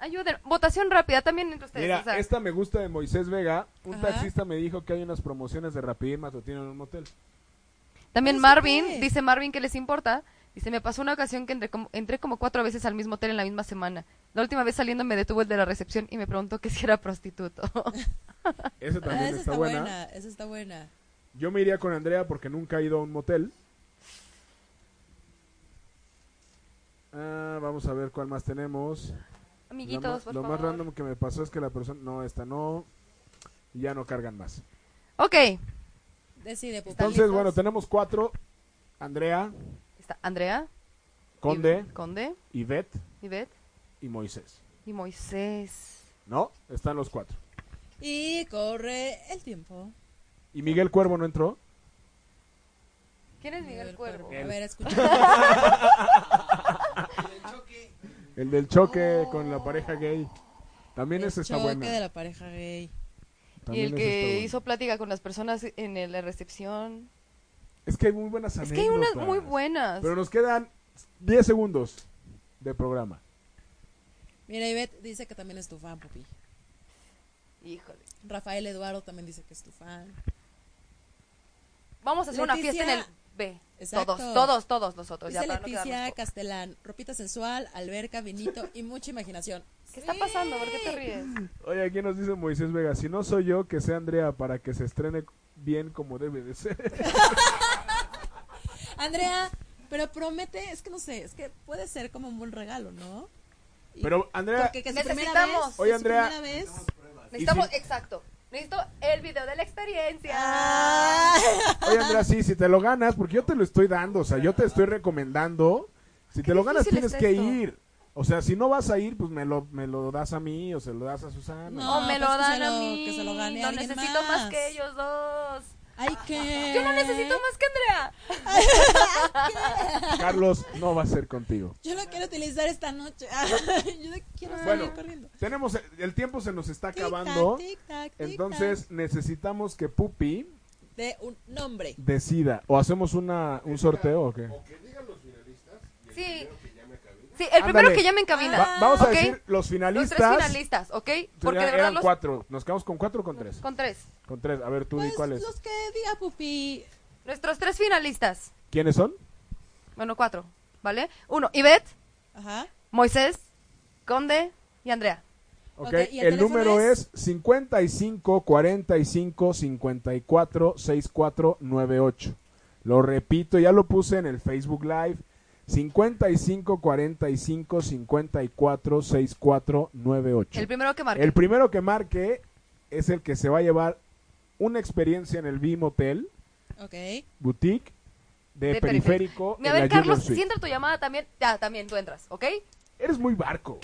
D: Ayuden. Votación rápida también entre ustedes.
B: Mira,
D: o sea,
B: esta me gusta de Moisés Vega. Un
E: Ajá.
B: taxista me dijo que hay unas promociones de Rapidín Matutino en un motel.
D: También
E: ¿Eso
D: Marvin,
E: qué?
D: dice Marvin que les importa. Dice, me pasó una ocasión que entré como, entré como cuatro veces al mismo hotel en la misma semana. La última vez saliendo me detuvo el de la recepción y me preguntó que si era prostituto.
B: Esa
E: Ah,
B: también
E: esa
B: está,
E: está
B: buena.
E: buena. Esa está buena.
B: Yo me iría con Andrea porque nunca he ido a un motel. Ah, vamos a ver cuál más tenemos.
D: Amiguitos,
B: lo ma-
D: por
B: lo
D: favor.
B: más random que me pasó es que la persona... No, esta no. Y ya no cargan más.
D: Ok,
E: Decide, Pupi.
B: Entonces, bueno, tenemos cuatro. Andrea,
D: está Andrea.
B: Conde,
D: Iv- Conde,
B: Ivette
D: Ivette
B: y Moisés.
D: y Moisés.
B: ¿No? Están los cuatro.
E: Y corre el tiempo.
B: ¿Y Miguel Cuervo no entró?
D: ¿Quién es Miguel Cuervo?
E: A
B: Él.
E: ver, escucha.
B: El del choque con la pareja gay. También
E: el
B: esa está
E: choque
B: buena.
E: de la pareja gay.
D: Y
B: También
D: el
B: esa
D: que
B: está buena.
D: hizo plática con las personas en el- la recepción.
B: Es que hay muy buenas
D: Es que hay unas
B: anécdotas.
D: muy buenas.
B: Pero nos quedan 10 segundos de programa.
E: Mira, Ivette dice que también es tu fan, Pupi.
D: Híjole.
E: Rafael Eduardo también dice que es tu fan.
D: Vamos a hacer una
E: Leticia.
D: fiesta en el B.
E: Exacto.
D: Todos, todos, todos nosotros.
E: Dice
D: ya, para no
E: Leticia
D: quedarnos pocos.
E: Castelán, ropita sensual, alberca, vinito y mucha imaginación.
D: ¿Qué está pasando? ¿Por qué te ríes?
B: Oye, aquí nos dice Moisés Vega, si no soy yo, que sea Andrea para que se estrene bien como debe de ser.
E: Andrea, pero promete, es que no sé, es que puede ser como un buen regalo, ¿no? Y-
B: Pero, Andrea,
E: porque que es su primera
D: necesitamos.
E: vez,
B: Oye,
E: es su
B: Andrea.
E: primera vez.
D: Necesitamos,
B: ¿Y si-
D: exacto. Necesito el video de la experiencia.
E: Ah,
B: Oye, Andrea, sí, si te lo ganas, porque yo te lo estoy dando, o sea, yo te estoy recomendando. Si te lo ganas,
D: difícil
B: tienes
D: está
B: que
D: esto.
B: ir. O sea, si no vas a ir, pues me lo, me lo das a mí o se lo das a Susana.
E: No.
D: o me lo
E: pues que
D: dan
E: se lo-
D: a mí.
E: que se lo gane
D: no
E: alguien
D: necesito más.
E: más. Eh.
D: que ellos dos.
E: Ay, que.
D: Yo no necesito más que Andrea.
B: Carlos, no va a ser contigo.
E: Yo lo quiero utilizar esta noche. Ah, Yo no quiero salir
B: Bueno,
E: corriendo.
B: tenemos, el, el tiempo se nos está
E: Tic-tac,
B: acabando.
E: tic-tac, tic-tac.
B: Entonces necesitamos que Pupi
E: De un nombre.
B: decida. ¿O hacemos una, un sorteo o qué?
G: O que digan los finalistas y el
D: Sí.
G: primero que llame a cabina.
D: Sí, el primero
B: Ándale.
D: que llame en cabina.
B: Va- vamos a
D: ¿ok?
B: decir los
D: Los
B: finalistas.
D: tres finalistas, ¿ok? Porque de
B: Eran
D: verdad los...
B: cuatro. ¿Nos quedamos con cuatro o con tres?
D: Con tres.
B: Con tres. A ver, tú di
E: Pues
B: cuáles.
E: los que diga Pupi.
D: Nuestros tres finalistas.
B: ¿Quiénes son?
D: Bueno, cuatro, ¿vale? Uno, Ivette,
E: Ajá.
D: Moisés, Conde y Andrea.
B: Ok,
E: Ok, ¿y el
B: el
E: teléfono
B: número es
E: es?
B: 55 45 54 64 98. Lo repito, ya lo puse en el Facebook Live. 55 45 54 64 98.
D: El primero que marque.
B: El primero que marque es el que se va a llevar una experiencia en el BIM Hotel
E: Ok.
B: Boutique de,
D: De
B: Periférico.
D: A
B: en
D: ver,
B: la Junior
D: Carlos,
B: Suite.
D: sienta tu llamada también. Ya, también tú entras, ¿ok?
B: Eres muy barco.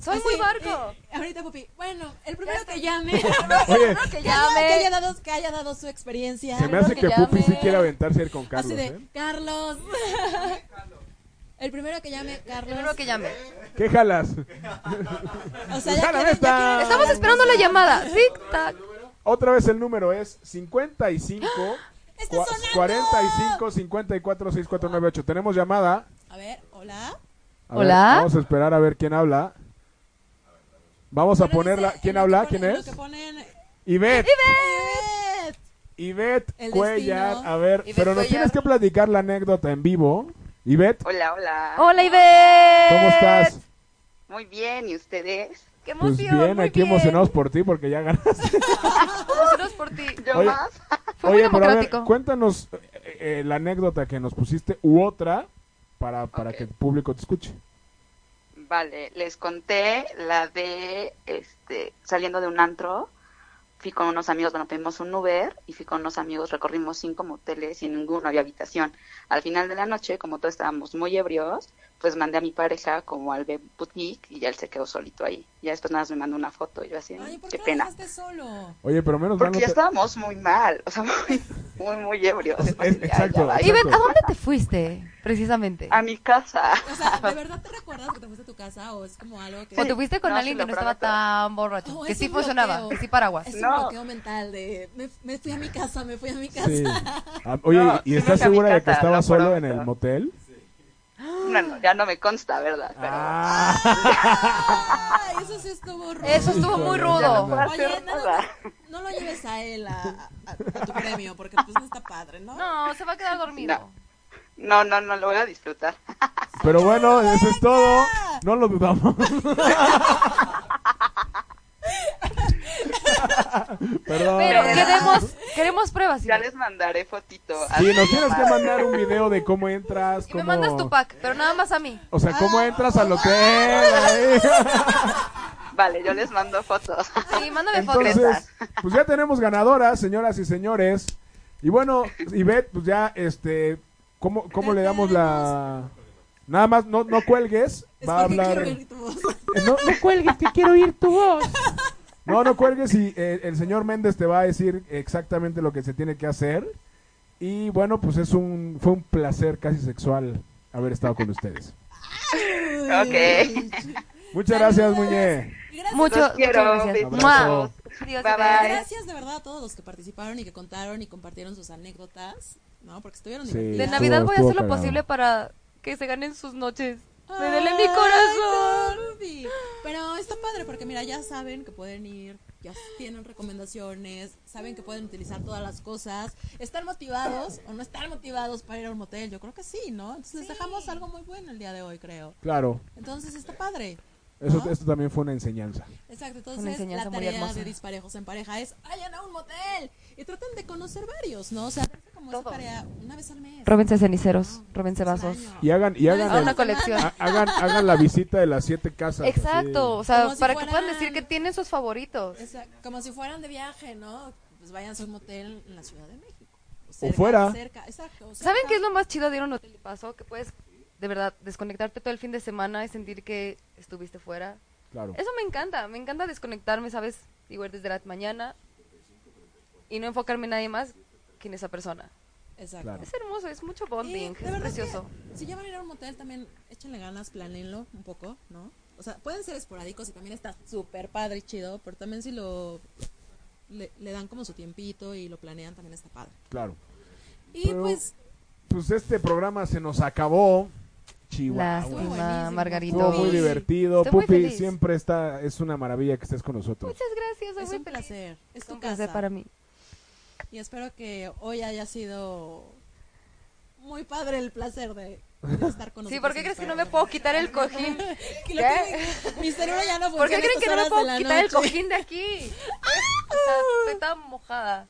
D: Soy
E: Así,
D: muy barco.
E: eh, ahorita, Pupi. Bueno, el primero que llame.
H: Eh,
B: Oye,
D: que
E: Carlos, que haya
D: llame.
E: dado, que haya dado su experiencia.
B: se me hace
D: que
B: que Pupi
D: llame.
B: sí quiere aventarse a ir con Carlos.
E: Así de,
B: ¿eh?
E: Carlos. El primero que llame, Carlos.
D: El primero que llame.
B: ¿Qué jalas?
E: O sea,
B: Jálame
E: ya quieren- ya
B: esta.
E: quieren-
D: Estamos esperando la llamada. Tic tac.
B: Otra vez el número es 55
E: ¡Está
B: cua-
E: sonando!
B: 45 54 6498. Tenemos llamada.
E: A ver, hola.
B: A ver,
D: Hola.
B: vamos a esperar a ver quién habla. Vamos a
E: Bueno,
B: ponerla.
E: dice,
B: ¿Quién
E: en lo
B: habla?
E: que
B: ¿Quién
E: ponen- en lo
B: es?
E: que ponen-
B: Ivette.
E: ¡Ivette!
B: Ivette
E: El
B: Cuellar.
E: destino.
B: A ver,
D: Ivette
B: pero nos
D: Cuellar.
B: tienes que platicar la anécdota en vivo. Ivette,
H: Hola, hola.
D: Hola, Iber.
B: ¿cómo estás?
H: Muy bien, ¿y ustedes?
D: Qué
B: Pues
D: emoción.
B: bien,
D: muy
B: aquí emocionados por ti porque ya ganaste.
D: Emocionados por ti.
H: Yo
B: Oye.
H: más.
D: Fue muy
B: Oye, pero a ver,
D: democrático.
B: cuéntanos eh, eh, la anécdota que nos pusiste u otra para, para
H: Ok.
B: que el público te escuche.
H: Vale, les conté la de este saliendo de un antro. Fui con unos amigos, bueno, pedimos un Uber y fui con unos amigos, recorrimos cinco moteles y en ninguno había habitación. Al final de la noche, como todos estábamos muy ebrios, pues mandé a mi pareja como al Beb boutique y ya él se quedó solito ahí. Ya después nada más me mandó una foto y yo así,
E: Ay, ¿por qué
H: qué
E: lo
H: pena.
E: dejaste solo?
B: Oye, pero menos mal
H: Porque
B: no
H: ya
B: te-
H: estábamos muy mal, o sea, muy, muy, muy ebrios.
B: Es-
H: Entonces, ya,
B: exacto,
H: ya va.
B: exacto.
D: Iber, ¿a dónde te fuiste? Precisamente.
H: A mi casa.
E: O sea, ¿de verdad te recuerdas que te fuiste a tu casa o es como algo que...
D: O te fuiste con
H: No,
D: alguien
H: sí
D: que no
H: lo
D: estaba
H: prometo.
D: tan borracho.
E: Oh,
D: que
E: es
D: sí
E: un
D: funcionaba, que
E: bloqueo.
D: sí paraguas.
E: Es un
H: No.
E: bloqueo mental de me, me fui a mi casa, me fui a mi casa.
B: Sí. Ah, Oye,
H: No,
B: ¿y
H: sí
B: estás
H: me fui a mi
B: segura de que
H: casa,
B: estaba
H: lo
B: solo en
H: prometo.
B: el motel?
H: No, no, ya no me consta, ¿verdad? Pero
B: Ah,
E: Ay, eso sí estuvo rudo.
D: Eso estuvo muy
B: Híjole, ya
D: rudo.
B: no.
E: Oye,
H: hacer
E: no,
H: nada.
E: no, no lo lleves a él a, a- a tu premio porque pues no está padre, ¿no?
D: No, se va a quedar dormido.
H: No. no, no, no lo voy a disfrutar.
B: Pero bueno, eso es todo. No lo dudamos. Perdón.
D: Pero queremos, queremos pruebas.
H: Ya
D: Iber.
H: les mandaré fotito.
B: Sí,
H: así
B: nos tienes que
H: nomás.
B: mandar un video de cómo entras,
D: Y
B: cómo...
D: me mandas tu Ah. pack, pero nada más a mí.
B: O sea, cómo entras al hotel. ahí.
H: Vale, yo les mando fotos.
D: Sí, mándame fotos.
B: Entonces, pues ya tenemos ganadoras, señoras y señores. Y bueno, Ivette, pues ya, este, ¿cómo, cómo le damos la...? Nada más, no, no cuelgues,
E: Es
B: va a
E: porque
B: hablar...
E: quiero ver tu voz.
B: No, no cuelgues, que quiero oír tu voz. No, no cuelgues y eh, el señor Méndez te va a decir exactamente lo que se tiene que hacer. Y bueno, pues es un, fue un placer casi sexual haber estado con ustedes.
H: Ok.
B: Muchas gracias, Muñe.
E: Gracias,
D: Mucho,
H: Los
D: muchas
H: quiero,
D: gracias.
H: besitos.
D: ¡Mua! Adiós,
H: Bye,
D: Iber.
H: bye.
E: gracias de verdad a todos los que participaron y que contaron y compartieron sus anécdotas, ¿no? Porque estuvieron
B: Sí.
D: De
E: divertidas.
B: Estuvo-
D: Navidad voy a
B: estuvo
D: hacer lo
B: cagado.
D: posible para que se ganen sus noches. Me
E: Ay,
D: duele mi corazón.
E: Corby. Pero está padre porque mira, ya saben que pueden ir, ya tienen recomendaciones, saben que pueden utilizar todas las cosas, están motivados o no están motivados para ir a un motel, yo creo que sí, ¿no? Entonces les dejamos algo muy bueno el día de hoy, creo.
B: Claro,
E: Entonces está padre.
B: eso,
E: ¿No?
B: esto también fue una enseñanza.
D: Una
E: Exacto, entonces
D: enseñanza
E: la
D: muy
E: tarea
D: hermosa.
E: de disparejos en pareja es vayan a un motel y traten de conocer varios, ¿no? O sea, dense como esa tarea una vez al mes.
D: Róbense ceniceros, róbense
E: Al
D: vasos.
E: año.
B: Y hagan, y hagan,
E: Ah,
B: el-
D: una colección.
B: ha- hagan, hagan la visita de las siete casas. así.
D: Exacto, o sea,
E: Como si
D: para que puedan
E: fueran-
D: decir que tienen sus favoritos.
E: Esa- como si fueran de viaje, ¿no? Pues vayan a un motel en la Ciudad de México.
B: fuera.
E: Cerca, exacto. o
D: ¿Saben
E: cerca.
D: qué es lo más chido de ir a un hotel de paso? Que puedes, de verdad, desconectarte todo el fin de semana y sentir que estuviste fuera.
B: Claro.
D: Eso me encanta, me encanta desconectarme, ¿sabes? Igual desde la mañana y no enfocarme en nadie más que en esa persona.
E: Exacto.
B: Claro.
D: Es hermoso, es mucho
E: Y
D: bonding,
E: de
D: es
E: verdad
D: precioso.
E: que si ya van a ir a un motel, también échenle ganas, planenlo un poco, ¿no? O sea, pueden ser esporádicos y también está súper padre y chido, pero también si lo. Le, le dan como su tiempito y lo planean, también está padre.
B: Claro.
E: Y
B: Pero-
E: pues.
B: Pues este programa se nos acabó. Chihuahua.
E: Estuvo
D: Lástima,
E: buenísimo.
D: Margarito.
B: ah, Estuvo muy
E: Pupi.
B: divertido.
D: Estoy muy
B: Pupi,
D: feliz.
B: siempre está, es una maravilla que estés con nosotros.
D: Muchas gracias, soy
E: Es
D: muy
E: un
D: feliz.
E: placer, es
D: Es
E: tu
D: un placer
E: casa.
D: para mí.
E: Y espero que hoy haya sido muy padre el placer de, de estar con nosotros.
D: Sí, ¿por qué
E: en
D: crees que no
E: España?
D: me puedo quitar el cojín?
E: Que lo
D: ¿Qué?
E: tienen- mi cerebro ya no
D: ¿Por
E: funciona.
D: qué creen que no me puedo quitar el cojín de aquí? O sea, estoy tan mojada.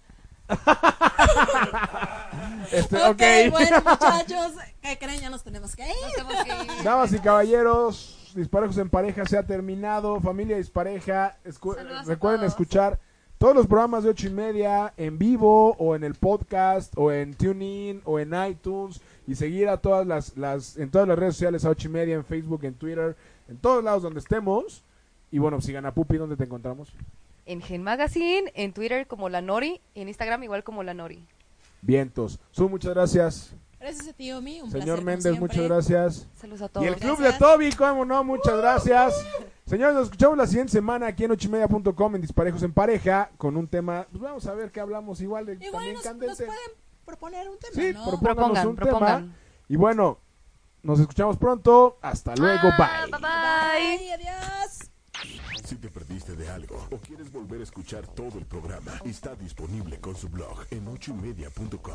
B: Este,
E: Ok,
B: ok.
E: bueno, muchachos, ¿qué creen? Ya nos tenemos que
D: Nos
E: ir.
D: tenemos que ir.
B: Damas y caballeros, Disparejos en Pareja se ha terminado. Familia Dispareja, escu-
D: Saludos a
B: recuerden
D: todos.
B: escuchar todos los programas de ocho y media en vivo o en el podcast o en TuneIn o en iTunes y seguir a todas las, las en todas las redes sociales a ocho y media en Facebook, en Twitter, en todos lados donde estemos. Y bueno, sigan a Pupi, ¿dónde te encontramos?
D: En Gen Magazine, en Twitter como La Nori, y en Instagram igual como La Nori.
B: Vientos. Su, muchas gracias.
E: Gracias a ti, Omi. Un placer,
B: Señor
E: como
B: Méndez,
E: siempre.
B: muchas gracias.
D: Saludos a
B: Y
D: todos.
B: el club
E: Gracias.
B: de Toby, cómo no, muchas gracias. Señores, nos escuchamos la siguiente semana aquí en ochimedia.com en Disparejos en Pareja con un tema. Pues vamos a ver qué hablamos igual de
E: Igual
B: también
E: nos, nos
B: candente.
E: pueden proponer un tema,
B: Sí,
E: ¿no?
B: propónganos
D: Propongan,
B: un
D: propongan.
B: tema. Y bueno, nos escuchamos pronto. Hasta luego,
D: Ah,
B: bye.
D: bye. bye.
E: Ay, adiós.
A: Si te perdiste de algo o quieres volver a escuchar todo el programa, está disponible con su blog en ochoymedia.com